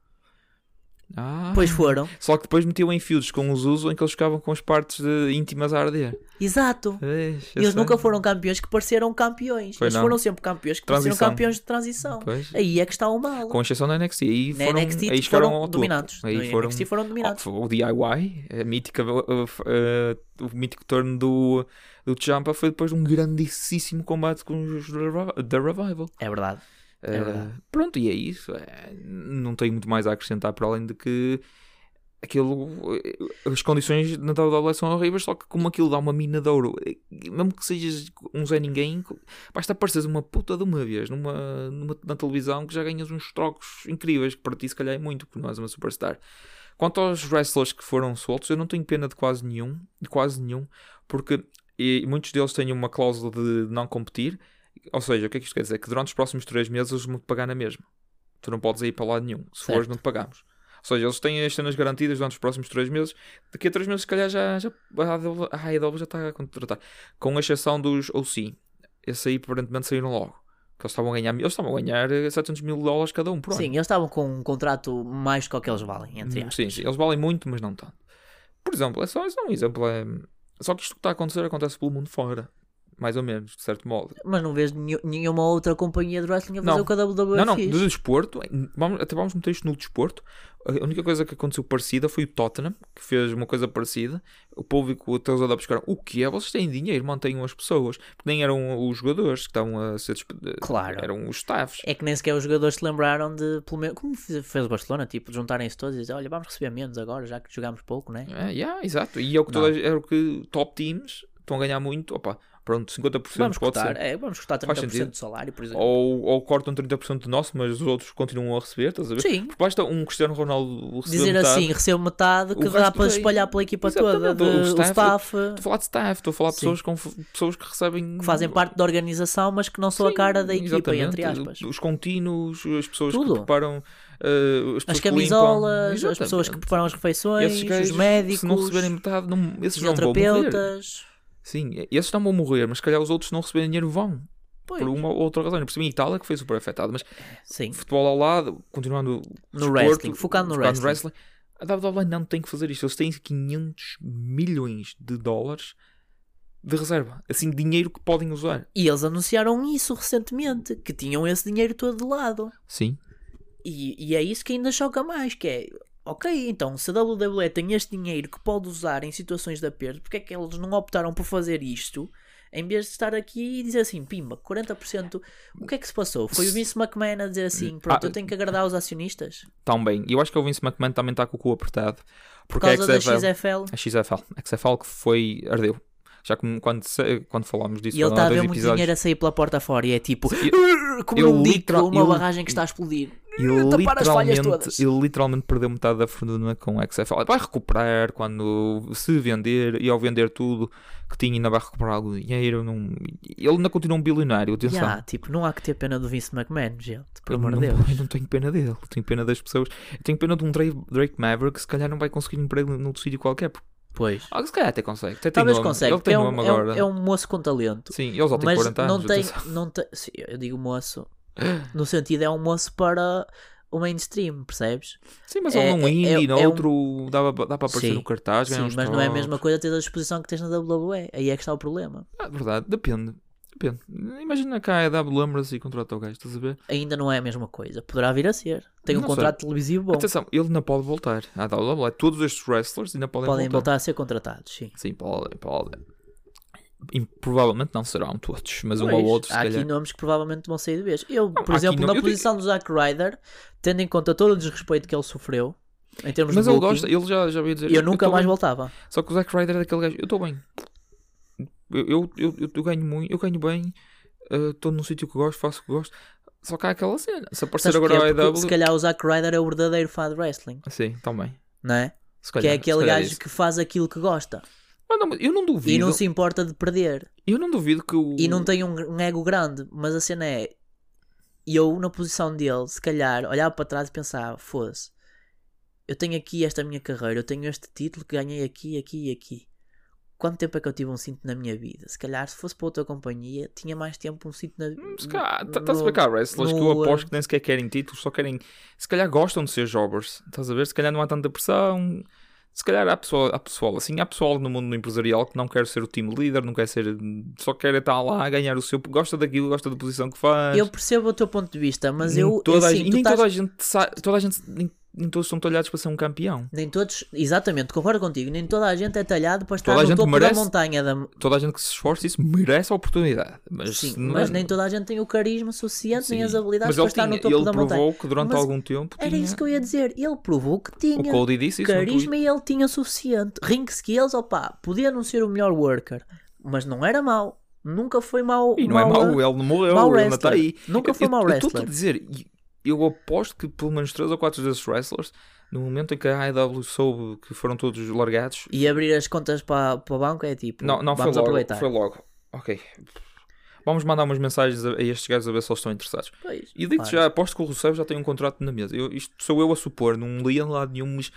Speaker 1: Ah,
Speaker 2: Pois foram.
Speaker 1: Só que depois metiam em fios com os usos em que eles ficavam com as partes de- íntimas a arder.
Speaker 2: Exato.
Speaker 1: Eis, eu
Speaker 2: Eles
Speaker 1: sei.
Speaker 2: nunca foram campeões que pareceram campeões.
Speaker 1: Pois
Speaker 2: Eles
Speaker 1: não.
Speaker 2: foram sempre campeões que
Speaker 1: Transição.
Speaker 2: pareceram campeões de transição.
Speaker 1: Pois.
Speaker 2: Aí é que está o mal.
Speaker 1: Com exceção da NXT. Aí
Speaker 2: Na
Speaker 1: foram,
Speaker 2: NXT
Speaker 1: aí chegaram ao
Speaker 2: tipo, foram
Speaker 1: topo.
Speaker 2: dominados.
Speaker 1: Aí
Speaker 2: Na
Speaker 1: foram-
Speaker 2: NXT foram dominados.
Speaker 1: Oh, o DIY, a mítica, uh, uh, uh, o mítico torno do, do Champa foi depois de um grandíssimo combate com os da Revi- da Revival.
Speaker 2: É verdade.
Speaker 1: Uh,
Speaker 2: verdade.
Speaker 1: pronto, e é isso. É, não tenho muito mais a acrescentar para além de que aquilo, eh, as condições na WWE são horríveis, só que como aquilo dá uma mina de ouro, eh, mesmo que sejas um Zé Ninguém, basta apareces uma puta de uma vez numa, numa- na televisão que já ganhas uns trocos incríveis, que para ti se calhar é muito, porque não és uma superstar. Quanto aos wrestlers que foram soltos, eu não tenho pena de quase nenhum, de quase nenhum, porque e muitos deles têm uma cláusula de não competir, ou seja, o que é que isto quer dizer? Que durante os próximos 3 meses eles vão te pagar na mesma. Tu não podes ir para lado nenhum. Se fores,
Speaker 2: Certo.
Speaker 1: não te pagamos. Ou seja, eles têm as cenas garantidas durante os próximos 3 meses. Daqui a 3 meses, se calhar, já, já, a AEW a AEW já está a contratar. Com exceção dos OC. Esse aí, aparentemente, saíram logo. Que eles estavam a ganhar, eles estavam a ganhar eh, 700 mil dólares cada um. Pronto. Hum.
Speaker 2: Sim, eles estavam com um contrato mais do que o que eles valem, entre aspas.
Speaker 1: Sim, sim, eles valem muito, mas não tanto. Por exemplo, é só, é só um exemplo. É... Só que isto que está a acontecer acontece pelo mundo fora. Mais ou menos, de certo modo.
Speaker 2: Mas não vês nenhu- nenhuma outra companhia de wrestling a fazer
Speaker 1: Não.
Speaker 2: o que a WWE
Speaker 1: Não, não,
Speaker 2: fez.
Speaker 1: do desporto, vamos, até vamos meter isto no desporto. A única coisa que aconteceu parecida foi o Tottenham, que fez uma coisa parecida. O público, até os adeptos ficaram, o que é? Vocês têm dinheiro, mantenham as pessoas. Porque nem eram os jogadores que estavam a ser despedidos.
Speaker 2: Claro.
Speaker 1: Eram os staffs.
Speaker 2: É que nem sequer os jogadores se lembraram de, pelo menos, como fe- fez o Barcelona, tipo, de juntarem-se todos e dizer, olha, vamos receber menos agora, já que jogámos pouco, né?
Speaker 1: É, yeah, exato. E é o que, toda, é o que top teams estão a ganhar muito. Opa, pronto, 50%
Speaker 2: Vamos
Speaker 1: pode
Speaker 2: cortar,
Speaker 1: ser.
Speaker 2: é, vamos cortar
Speaker 1: Faz
Speaker 2: 30%
Speaker 1: sentido.
Speaker 2: do salário, por exemplo.
Speaker 1: Ou, ou cortam 30% do nosso, mas os outros continuam a receber, estás a ver?
Speaker 2: Sim.
Speaker 1: Porque basta um Cristiano Ronaldo receber
Speaker 2: Dizer
Speaker 1: metade.
Speaker 2: assim, recebo metade que
Speaker 1: O
Speaker 2: dá
Speaker 1: resto
Speaker 2: para
Speaker 1: tem.
Speaker 2: espalhar pela equipa toda,
Speaker 1: Exatamente,
Speaker 2: de,
Speaker 1: o
Speaker 2: o
Speaker 1: staff-
Speaker 2: staff,
Speaker 1: Estou a falar de staff, estou a falar de
Speaker 2: Sim.
Speaker 1: pessoas, com, pessoas que recebem.
Speaker 2: que fazem parte da organização, mas que não são a
Speaker 1: Sim,
Speaker 2: cara da equipa,
Speaker 1: exatamente.
Speaker 2: entre aspas.
Speaker 1: Os contínuos, as pessoas
Speaker 2: Tudo.
Speaker 1: que preparam. eh, as, pessoas
Speaker 2: As
Speaker 1: que limpam.
Speaker 2: camisolas, as
Speaker 1: Exatamente.
Speaker 2: pessoas que preparam as refeições,
Speaker 1: Esses gajos,
Speaker 2: os médicos,
Speaker 1: Se não receberem metade, não, esses não vão morrer.
Speaker 2: fisioterapeutas.
Speaker 1: Sim, esses não vão morrer, mas se calhar os outros se não receberem dinheiro vão.
Speaker 2: Pois,
Speaker 1: Por um- uma ou outra razão. Por cima, a Itália que foi super afetada. Mas
Speaker 2: sim.
Speaker 1: futebol ao lado, continuando
Speaker 2: No
Speaker 1: desporto,
Speaker 2: wrestling, focando no wrestling.
Speaker 1: A WWE não tem que fazer isto. Eles têm 500 milhões de dólares de reserva. Assim, dinheiro que podem usar.
Speaker 2: E eles anunciaram isso recentemente, que tinham esse dinheiro todo de lado.
Speaker 1: Sim.
Speaker 2: E, e é isso que ainda choca mais, que é... Ok, então se a WWE tem este dinheiro que pode usar em situações de aperto, porque é que eles não optaram por fazer isto em vez de estar aqui e dizer assim, pimba, 40%, o que é que se passou? Foi o Vince McMahon a dizer assim, pronto,
Speaker 1: Ah,
Speaker 2: eu tenho que agradar aos acionistas
Speaker 1: Também. E eu acho que o Vince McMahon também está com o cu apertado.
Speaker 2: por
Speaker 1: Porque é a
Speaker 2: causa da
Speaker 1: XFL,
Speaker 2: XFL.
Speaker 1: a XFL. A XFL que foi. ardeu. Já como quando, se- quando falámos disso,
Speaker 2: E ele
Speaker 1: foram
Speaker 2: está
Speaker 1: há
Speaker 2: a ver
Speaker 1: dois
Speaker 2: muito
Speaker 1: episódios.
Speaker 2: dinheiro a sair pela porta fora e é tipo,
Speaker 1: E-
Speaker 2: "Urgh", como
Speaker 1: eu
Speaker 2: um
Speaker 1: litra-
Speaker 2: dico, uma
Speaker 1: eu-
Speaker 2: barragem que está a explodir.
Speaker 1: Ele
Speaker 2: Hum, tapar as falhas
Speaker 1: literalmente,
Speaker 2: todas.
Speaker 1: ele literalmente perdeu metade da fortuna com a XFL. Vai recuperar quando se vender e ao vender tudo que tinha ainda vai recuperar algum dinheiro. Não... Ele ainda continua um bilionário, atenção.
Speaker 2: Yeah, tipo, não há que ter pena do Vince McMahon, gente,
Speaker 1: Eu
Speaker 2: pelo amor de
Speaker 1: não-
Speaker 2: Deus.
Speaker 1: Eu não tenho pena dele, tenho pena das pessoas. Eu tenho pena de um Drake, Drake Maverick que se calhar não vai conseguir emprego noutro sítio qualquer. porque-
Speaker 2: Pois.
Speaker 1: Ah, se calhar até consegue. Até tem
Speaker 2: Talvez
Speaker 1: nome.
Speaker 2: consiga,
Speaker 1: Ele
Speaker 2: porque
Speaker 1: tem
Speaker 2: é
Speaker 1: nome
Speaker 2: um, é,
Speaker 1: agora.
Speaker 2: um, é um moço com talento.
Speaker 1: Sim, ele já tem
Speaker 2: mas
Speaker 1: 40 anos.
Speaker 2: não tem,
Speaker 1: atenção.
Speaker 2: não tem, sim, eu digo moço, no sentido é um moço para o mainstream, percebes?
Speaker 1: Sim, mas
Speaker 2: é-
Speaker 1: ele é um
Speaker 2: é-
Speaker 1: indie,
Speaker 2: é
Speaker 1: no
Speaker 2: um-
Speaker 1: outro dá, dá para aparecer
Speaker 2: Sim,
Speaker 1: no cartaz, ganhar
Speaker 2: Sim,
Speaker 1: uns
Speaker 2: mas não é a
Speaker 1: trocos.
Speaker 2: mesma coisa ter a exposição que tens na WWE, aí é que está o problema.
Speaker 1: Ah, verdade, depende. Depende. Imagina cá a AEW lembra-se e contrata o gajo, estás a ver?
Speaker 2: Ainda não é a mesma coisa, poderá vir a ser. Tem um
Speaker 1: Não sei.
Speaker 2: contrato televisivo bom,
Speaker 1: Atenção, ele ainda pode voltar. A AEW, todos estes wrestlers ainda podem,
Speaker 2: podem voltar a ser contratados, sim.
Speaker 1: Sim, podem, podem. E provavelmente não serão todos, mas um
Speaker 2: Pois,
Speaker 1: ou outro, se
Speaker 2: há
Speaker 1: calhar.
Speaker 2: aqui nomes que provavelmente vão sair de vez. Eu,
Speaker 1: há aqui
Speaker 2: por exemplo,
Speaker 1: no-
Speaker 2: na
Speaker 1: eu digo-
Speaker 2: posição do Zack Ryder, tendo em conta todo o desrespeito que ele sofreu, Em termos
Speaker 1: Mas
Speaker 2: de
Speaker 1: ele
Speaker 2: booking,
Speaker 1: gosta, ele já, já veio dizer.
Speaker 2: e eu nunca
Speaker 1: tô
Speaker 2: mais
Speaker 1: bem."
Speaker 2: voltava.
Speaker 1: Só que o Zack Ryder é daquele gajo. Eu estou bem. Eu, eu, eu, eu- eu ganho muito, eu ganho bem. Estou num sítio que gosto, faço o que gosto. Só que há aquela cena. Se aparecer
Speaker 2: Sabes
Speaker 1: agora
Speaker 2: porquê?
Speaker 1: a
Speaker 2: Porque
Speaker 1: AEW.
Speaker 2: Se calhar o Zack Ryder é o verdadeiro fã de wrestling,
Speaker 1: Sim, também.
Speaker 2: não é?
Speaker 1: Se
Speaker 2: que
Speaker 1: calhar,
Speaker 2: é
Speaker 1: se
Speaker 2: aquele
Speaker 1: calhar é
Speaker 2: gajo
Speaker 1: isso.
Speaker 2: que faz aquilo que gosta
Speaker 1: Mas não, eu não duvido.
Speaker 2: e não se importa de perder
Speaker 1: Eu não duvido que o.
Speaker 2: e não tem um, um ego grande. Mas a cena é: eu, na posição dele, se calhar olhava para trás e pensava, fosse, eu tenho aqui esta minha carreira, eu tenho este título que ganhei aqui, aqui e aqui. Quanto tempo é que eu tive um cinto na minha vida? Se calhar, se fosse para outra companhia, tinha mais tempo um cinto na.
Speaker 1: Hum, Se calhar, tá,
Speaker 2: no-
Speaker 1: estás a ver
Speaker 2: no-
Speaker 1: que há wrestlers que eu
Speaker 2: no,
Speaker 1: aposto que nem sequer querem títulos, só querem. Se calhar gostam de ser jobbers, estás a ver? Se calhar não há tanta pressão. Se calhar há pessoal, há pessoal assim, há pessoal no mundo empresarial que não quer ser o time líder, não quer ser. Só quer estar lá a ganhar o seu. Gosta daquilo, gosta da posição que faz.
Speaker 2: Eu percebo o teu ponto de vista, mas
Speaker 1: Nem
Speaker 2: eu.
Speaker 1: toda a
Speaker 2: assim,
Speaker 1: gen-
Speaker 2: tu
Speaker 1: e nem
Speaker 2: estás-
Speaker 1: toda a gente sa- toda a gente nem, nem todos são talhados para ser um campeão.
Speaker 2: Nem todos, exatamente, concordo contigo, nem toda a gente é talhado para estar
Speaker 1: Toda a
Speaker 2: no
Speaker 1: gente
Speaker 2: topo
Speaker 1: merece.
Speaker 2: da montanha da...
Speaker 1: Toda a gente que se esforça isso merece a oportunidade. Mas,
Speaker 2: Sim,
Speaker 1: não
Speaker 2: mas
Speaker 1: é-
Speaker 2: nem toda a gente tem o carisma suficiente, nem as
Speaker 1: Sim.
Speaker 2: habilidades
Speaker 1: mas
Speaker 2: para
Speaker 1: ele
Speaker 2: estar no
Speaker 1: tinha-
Speaker 2: topo
Speaker 1: ele
Speaker 2: da montanha.
Speaker 1: provou que durante
Speaker 2: Mas
Speaker 1: algum tempo
Speaker 2: Era
Speaker 1: tinha-
Speaker 2: isso que eu ia dizer, ele provou que
Speaker 1: o
Speaker 2: tinha
Speaker 1: Cody disse isso no Twitter.
Speaker 2: carisma e ele tinha suficiente. Ring skills, opá, podia não ser o melhor worker, mas não era mau, nunca foi mau.
Speaker 1: E não é mau, ele não morreu,
Speaker 2: mau
Speaker 1: ele ainda está
Speaker 2: wrestler.
Speaker 1: aí.
Speaker 2: Nunca foi
Speaker 1: eu,
Speaker 2: mau
Speaker 1: Eu estou-te a
Speaker 2: wrestler.
Speaker 1: dizer, e eu aposto que pelo menos 3 ou 4 desses wrestlers, no momento em que a AEW soube que foram todos largados,
Speaker 2: E abrir as contas para, para o banco é tipo,
Speaker 1: não, não foi
Speaker 2: vamos
Speaker 1: logo.
Speaker 2: aproveitar.
Speaker 1: Foi logo. Ok. Vamos mandar umas mensagens a, a estes gajos a ver se eles estão interessados.
Speaker 2: Pois,
Speaker 1: E digo-te
Speaker 2: claro.
Speaker 1: já, aposto que o Rusev já tem um contrato na mesa. Eu, isto sou eu a supor, não li em lado nenhum, mas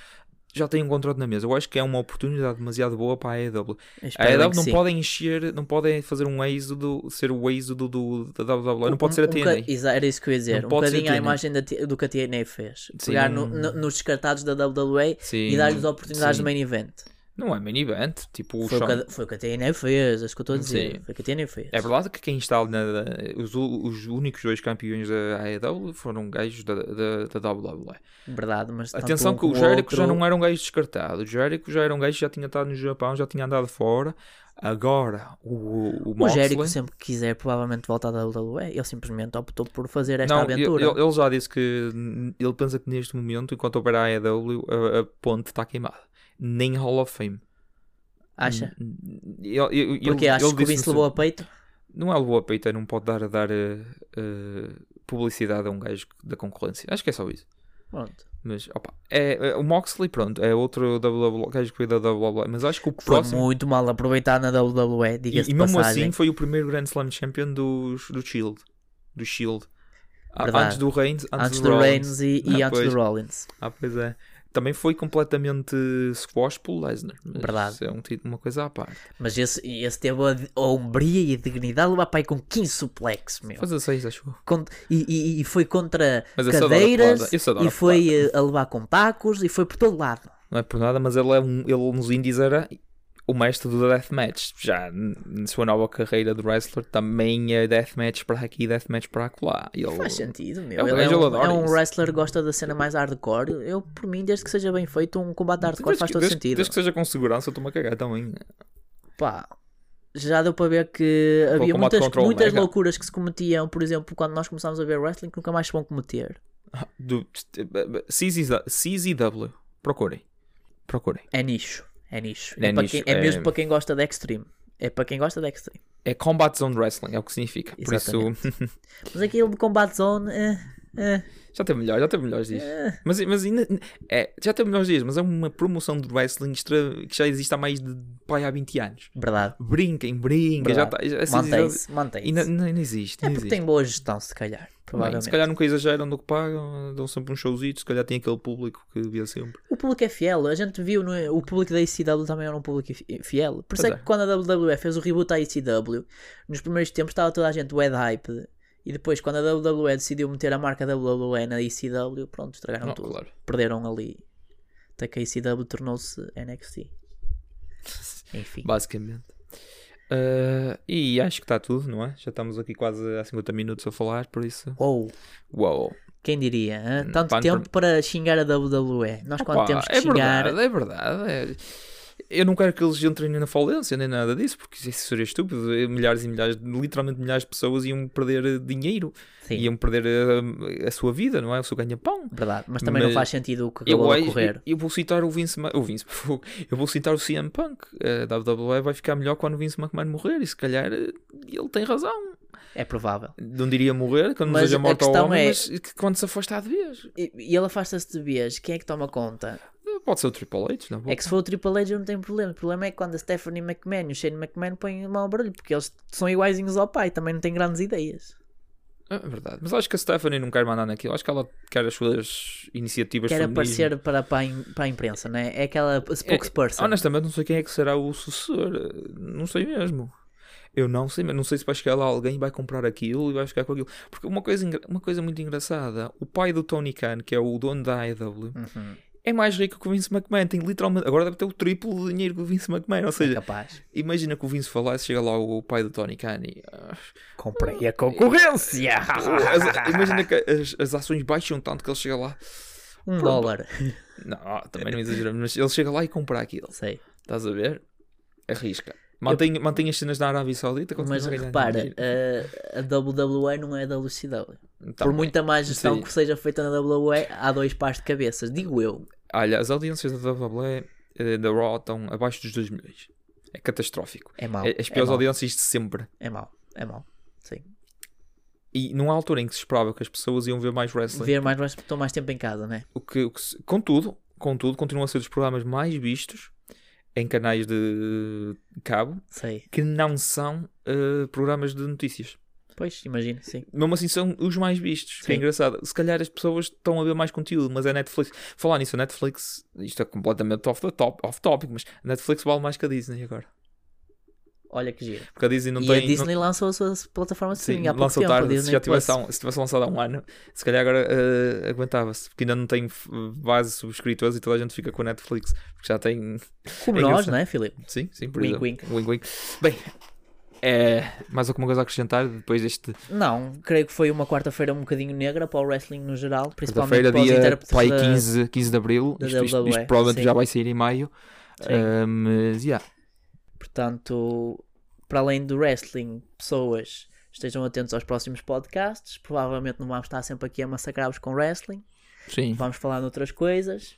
Speaker 1: já tem um contrato na mesa. Eu acho que é uma oportunidade demasiado boa para a AEW. A
Speaker 2: Espero bem
Speaker 1: AEW
Speaker 2: que
Speaker 1: não
Speaker 2: sim.
Speaker 1: podem encher, não podem fazer um êxodo, ser o êxodo do, da WWE, não pode
Speaker 2: Um-
Speaker 1: ser a
Speaker 2: um boca-
Speaker 1: TNA.
Speaker 2: Exa- era isso que eu ia dizer.
Speaker 1: Não
Speaker 2: um
Speaker 1: pode ser a
Speaker 2: bocadinho à
Speaker 1: TNA.
Speaker 2: imagem da T- do que a TNA fez.
Speaker 1: Sim,
Speaker 2: Pegar
Speaker 1: não-
Speaker 2: no- no- nos descartados da WWE
Speaker 1: Sim,
Speaker 2: e dar-lhes oportunidades
Speaker 1: sim.
Speaker 2: de main event.
Speaker 1: Não é main event, tipo o
Speaker 2: Foi o, que,
Speaker 1: Shawn-
Speaker 2: a- foi o que a TNA fez, é isso que eu estou a dizer.
Speaker 1: Sim.
Speaker 2: Foi o que a TNA fez.
Speaker 1: É verdade que quem está na, os, u- os únicos dois campeões da AEW foram gajos da, da, da WWE.
Speaker 2: Verdade, mas tanto
Speaker 1: Atenção
Speaker 2: um
Speaker 1: que o
Speaker 2: como
Speaker 1: Jericho já
Speaker 2: outro-
Speaker 1: não era um gajo descartado. O Jericho já era um gajo que já tinha estado no Japão, já tinha andado fora. Agora, o, o,
Speaker 2: O
Speaker 1: Moxley...
Speaker 2: Jericho sempre que quiser provavelmente volta à WWE. Ele simplesmente optou por fazer esta
Speaker 1: Não, ele,
Speaker 2: aventura.
Speaker 1: ele- ele já disse que n- ele pensa que neste momento, enquanto houver a AEW, a, a ponte está queimada. Nem Hall of Fame.
Speaker 2: Acha?
Speaker 1: N- n- Ele, ele,
Speaker 2: Porque
Speaker 1: ele,
Speaker 2: acho
Speaker 1: ele
Speaker 2: que o
Speaker 1: disse no
Speaker 2: Vince
Speaker 1: seu-
Speaker 2: levou a peito.
Speaker 1: Não é levou a peito, não pode dar, dar eh, eh, publicidade a um gajo da concorrência. Acho que é só isso.
Speaker 2: Pronto.
Speaker 1: Mas, opa, é, é- o Moxley, pronto, é outro WWE, gajo que veio da WWE, mas acho que o
Speaker 2: Foi
Speaker 1: próximo...
Speaker 2: muito mal aproveitado na WWE,
Speaker 1: E,
Speaker 2: diga-se
Speaker 1: e
Speaker 2: de
Speaker 1: mesmo
Speaker 2: passagem.
Speaker 1: assim foi o primeiro Grand Slam Champion dos, do Shield. Do Shield. A-
Speaker 2: Verdade.
Speaker 1: Antes do Reigns, antes,
Speaker 2: antes
Speaker 1: do,
Speaker 2: do
Speaker 1: Rollins.
Speaker 2: Reigns e, e
Speaker 1: Ah,
Speaker 2: antes
Speaker 1: pois.
Speaker 2: do Rollins.
Speaker 1: Ah, pois é. Também foi completamente squash pelo Lesnar. mas
Speaker 2: Verdade.
Speaker 1: isso É um título, uma coisa à parte.
Speaker 2: Mas esse, esse teve a, a hombria e a dignidade de levar para aí com 15 suplex, meu.
Speaker 1: Faz a 6, acho eu.
Speaker 2: Con- e, e- e foi contra
Speaker 1: Mas esse adora
Speaker 2: cadeiras,
Speaker 1: porrada, esse adora
Speaker 2: e foi eh, a levar com tacos, e foi por todo lado.
Speaker 1: Não é por nada, mas ele, é um, ele nos indies era o mestre do Deathmatch. Já n- na sua nova carreira de wrestler também é Deathmatch para aqui e Deathmatch para lá. Ele...
Speaker 2: Faz sentido, meu.
Speaker 1: É um
Speaker 2: Ele
Speaker 1: gajo, ele
Speaker 2: um,
Speaker 1: adora
Speaker 2: é um
Speaker 1: isso.
Speaker 2: wrestler que gosta da cena mais hardcore. Eu, por mim, desde que seja bem feito, um combate hardcore
Speaker 1: Desde
Speaker 2: faz
Speaker 1: que-
Speaker 2: todo
Speaker 1: desde-
Speaker 2: sentido.
Speaker 1: Desde que seja com segurança, eu estou-me a cagar também.
Speaker 2: Pá, já deu para ver que
Speaker 1: combate
Speaker 2: havia
Speaker 1: né,
Speaker 2: muitas,
Speaker 1: contra o
Speaker 2: muitas
Speaker 1: Omega.
Speaker 2: loucuras que se cometiam, por exemplo, quando nós começámos a ver wrestling, que nunca mais se vão cometer.
Speaker 1: Do... CZ CZW. Procurem. Procurem.
Speaker 2: É nicho. É nicho.
Speaker 1: É
Speaker 2: É, para
Speaker 1: nicho,
Speaker 2: quem- é
Speaker 1: é-
Speaker 2: mesmo para quem gosta de extreme. É para quem gosta de extreme.
Speaker 1: É Combat Zone Wrestling, é o que significa. Por isso,
Speaker 2: Mas aquilo de Combat Zone. eh, eh,
Speaker 1: já teve melhor, já teve melhores dias.
Speaker 2: eh.
Speaker 1: Mas, mas ainda. É, já teve melhores dias, mas é uma promoção de wrestling extra que já existe há mais de. pai, há 20 anos.
Speaker 2: Verdade.
Speaker 1: Brinquem, brinquem, já está.
Speaker 2: verdade.
Speaker 1: já- CZW
Speaker 2: Mantém-se, mantém-se.
Speaker 1: Ainda ainda não existe.
Speaker 2: É
Speaker 1: não
Speaker 2: porque
Speaker 1: existe.
Speaker 2: tem boa gestão, se calhar.
Speaker 1: Bem,
Speaker 2: Provavelmente.
Speaker 1: se calhar nunca exageram do que pagam, dão sempre um showzito, se calhar tem aquele público que via sempre.
Speaker 2: O público é fiel. A gente viu no... o público da ECW também era um público fi- fiel. Por
Speaker 1: Pois
Speaker 2: isso é
Speaker 1: é.
Speaker 2: que quando a WWE fez o reboot à ECW, nos primeiros tempos estava toda a gente wed hype. E depois, quando a WWE decidiu meter a marca WWE na ECW, pronto, estragaram
Speaker 1: Não,
Speaker 2: tudo.
Speaker 1: claro.
Speaker 2: Perderam ali. Até que a ECW tornou-se NXT. Enfim.
Speaker 1: Basicamente. Ah, e acho que está tudo, não é? Já estamos aqui quase há 50 minutos a falar, por isso.
Speaker 2: Uou.
Speaker 1: Uou!
Speaker 2: Quem diria? hã?
Speaker 1: Hum,
Speaker 2: Tanto
Speaker 1: pá,
Speaker 2: tempo para xingar a WWE. Nós quando
Speaker 1: Opa,
Speaker 2: temos que
Speaker 1: é
Speaker 2: xingar.
Speaker 1: verdade, é verdade. é- Eu não quero que eles entrem na falência nem nada disso, porque isso seria estúpido. Eh, Milhares e milhares, literalmente milhares de pessoas iam perder eh, dinheiro,
Speaker 2: Sim,
Speaker 1: iam perder a, a sua vida, não é? O seu ganha-pão.
Speaker 2: verdade. Mas também não
Speaker 1: Mas-
Speaker 2: faz sentido o que acabou de
Speaker 1: acho-
Speaker 2: ocorrer.
Speaker 1: eu vou citar o Vince, Ma- o Vince, eu vou citar o CM Punk. Eh, A WWE vai ficar melhor quando o Vince McMahon morrer, e se calhar eh, ele tem razão.
Speaker 2: É provável.
Speaker 1: Não diria morrer, quando não
Speaker 2: Mas
Speaker 1: seja
Speaker 2: a
Speaker 1: morto ao
Speaker 2: questão
Speaker 1: homem,
Speaker 2: é-
Speaker 1: mas que quando se afastar de vez.
Speaker 2: E, e ele afasta-se de vez. Quem é que toma conta?
Speaker 1: Pode ser o Triple H, não
Speaker 2: É que se for o Triple H eu não tenho problema. O problema é quando a Stephanie McMahon e o Shane McMahon põem mal ao barulho, porque eles são iguaizinhos ao pai, também não têm grandes ideias.
Speaker 1: É verdade. Mas acho que a Stephanie não quer mandar naquilo. Acho que ela quer as suas iniciativas
Speaker 2: Quer
Speaker 1: feminismo.
Speaker 2: aparecer para, para, a, im- para a imprensa, não é? É aquela spokesperson.
Speaker 1: Honestamente, não sei quem é que será o sucessor. Não sei mesmo. Eu não sei, mas não sei se vai chegar lá alguém e vai comprar aquilo e vai ficar com aquilo. Porque uma coisa, engra- uma coisa muito engraçada, o pai do Tony Khan, que é o dono da AEW,
Speaker 2: Uhum,
Speaker 1: é mais rico que o Vince McMahon. Tem literalmente, agora deve ter o triplo do dinheiro que o Vince McMahon. Ou
Speaker 2: é
Speaker 1: seja,
Speaker 2: capaz.
Speaker 1: imagina que o Vince falasse, chega lá o pai do Tony Khan e... "Ah,
Speaker 2: Comprei a concorrência! ah,
Speaker 1: as- imagina que as, as ações baixam tanto que ele chega lá...
Speaker 2: um dólar.
Speaker 1: Não, ah, também não exageramos, mas ele chega lá e compra aquilo.
Speaker 2: Sei.
Speaker 1: Estás a ver? Arrisca. Mantém, mantém as cenas na Arábia Saudita. continuas
Speaker 2: Mas
Speaker 1: a ganhar
Speaker 2: repara, eh,
Speaker 1: dinheiro.
Speaker 2: a, a WWE não é a WCW.
Speaker 1: Então,
Speaker 2: Por muita má gestão
Speaker 1: Sim.
Speaker 2: que seja feita na WWE, há dois pares de cabeças, digo eu.
Speaker 1: Olha, as audiências da WWE eh, da Raw estão abaixo dos 2 milhões. É catastrófico.
Speaker 2: É mau.
Speaker 1: É- as piores
Speaker 2: é mau,
Speaker 1: audiências de sempre.
Speaker 2: É mau, é mau. Sim.
Speaker 1: E numa altura em que se esperava que as pessoas iam ver mais wrestling,
Speaker 2: Ver mais, mas estou mais tempo em casa, né?
Speaker 1: O que, o que se- contudo, contudo, continua a ser dos programas mais vistos em canais de cabo
Speaker 2: Sei.
Speaker 1: que não são eh, programas de notícias.
Speaker 2: Pois, imagino, sim.
Speaker 1: mesmo assim são os mais vistos. Que é
Speaker 2: Sim.
Speaker 1: engraçado. Se calhar as pessoas estão a ver mais conteúdo, mas a Netflix. Falar nisso, a Netflix, isto é completamente off, the top, off topic, mas a Netflix vale mais que a Disney agora.
Speaker 2: Olha que giro.
Speaker 1: Porque a Disney não
Speaker 2: e
Speaker 1: tem.
Speaker 2: a Disney lançou a sua plataforma
Speaker 1: não,
Speaker 2: de
Speaker 1: sim,
Speaker 2: streaming há pouco
Speaker 1: lançou
Speaker 2: tempo. a
Speaker 1: tarde. se,
Speaker 2: Disney
Speaker 1: já tivesse,
Speaker 2: Plus.
Speaker 1: há um- se tivesse lançado há um ano, se calhar agora eh, aguentava-se. Porque ainda não tem f- base de subscritores e toda a gente fica com a Netflix. Porque já tem.
Speaker 2: Como
Speaker 1: é
Speaker 2: nós,
Speaker 1: engraçado.
Speaker 2: não é, Filipe?
Speaker 1: Sim, sim, por
Speaker 2: Wink,
Speaker 1: exemplo.
Speaker 2: wink.
Speaker 1: Wink, wink. Bem, é, mais alguma coisa a acrescentar depois deste
Speaker 2: Não, creio que foi uma quarta-feira um bocadinho negra para o wrestling no geral, principalmente
Speaker 1: Quarta-feira,
Speaker 2: para os
Speaker 1: dia
Speaker 2: intérpretes
Speaker 1: pai,
Speaker 2: da-
Speaker 1: 15, 15 de Abril.
Speaker 2: da
Speaker 1: Isto, isto- isto
Speaker 2: WWE,
Speaker 1: provavelmente
Speaker 2: sim.
Speaker 1: já vai sair em maio.
Speaker 2: Sim.
Speaker 1: Ah, mas, yeah.
Speaker 2: Portanto, para além do wrestling, pessoas estejam atentos aos próximos podcasts. Provavelmente não vamos estar sempre aqui a massacrar-vos com wrestling.
Speaker 1: Sim.
Speaker 2: Vamos falar noutras coisas.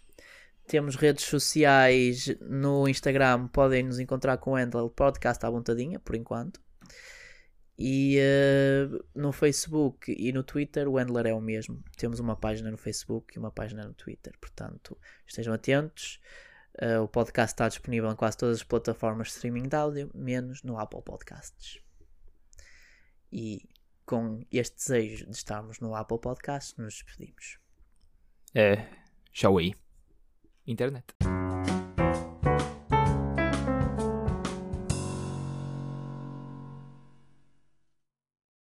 Speaker 2: Temos redes sociais no Instagram, podem nos encontrar com o handle podcast à vontadinha, por enquanto. E eh, no Facebook e no Twitter o handler é o mesmo. Temos uma página no Facebook e uma página no Twitter, portanto estejam atentos. Eh, o podcast está disponível em quase todas as plataformas de streaming de áudio, menos no Apple Podcasts. E com este desejo de estarmos no Apple Podcasts, nos despedimos.
Speaker 1: É. Shall we? Internet.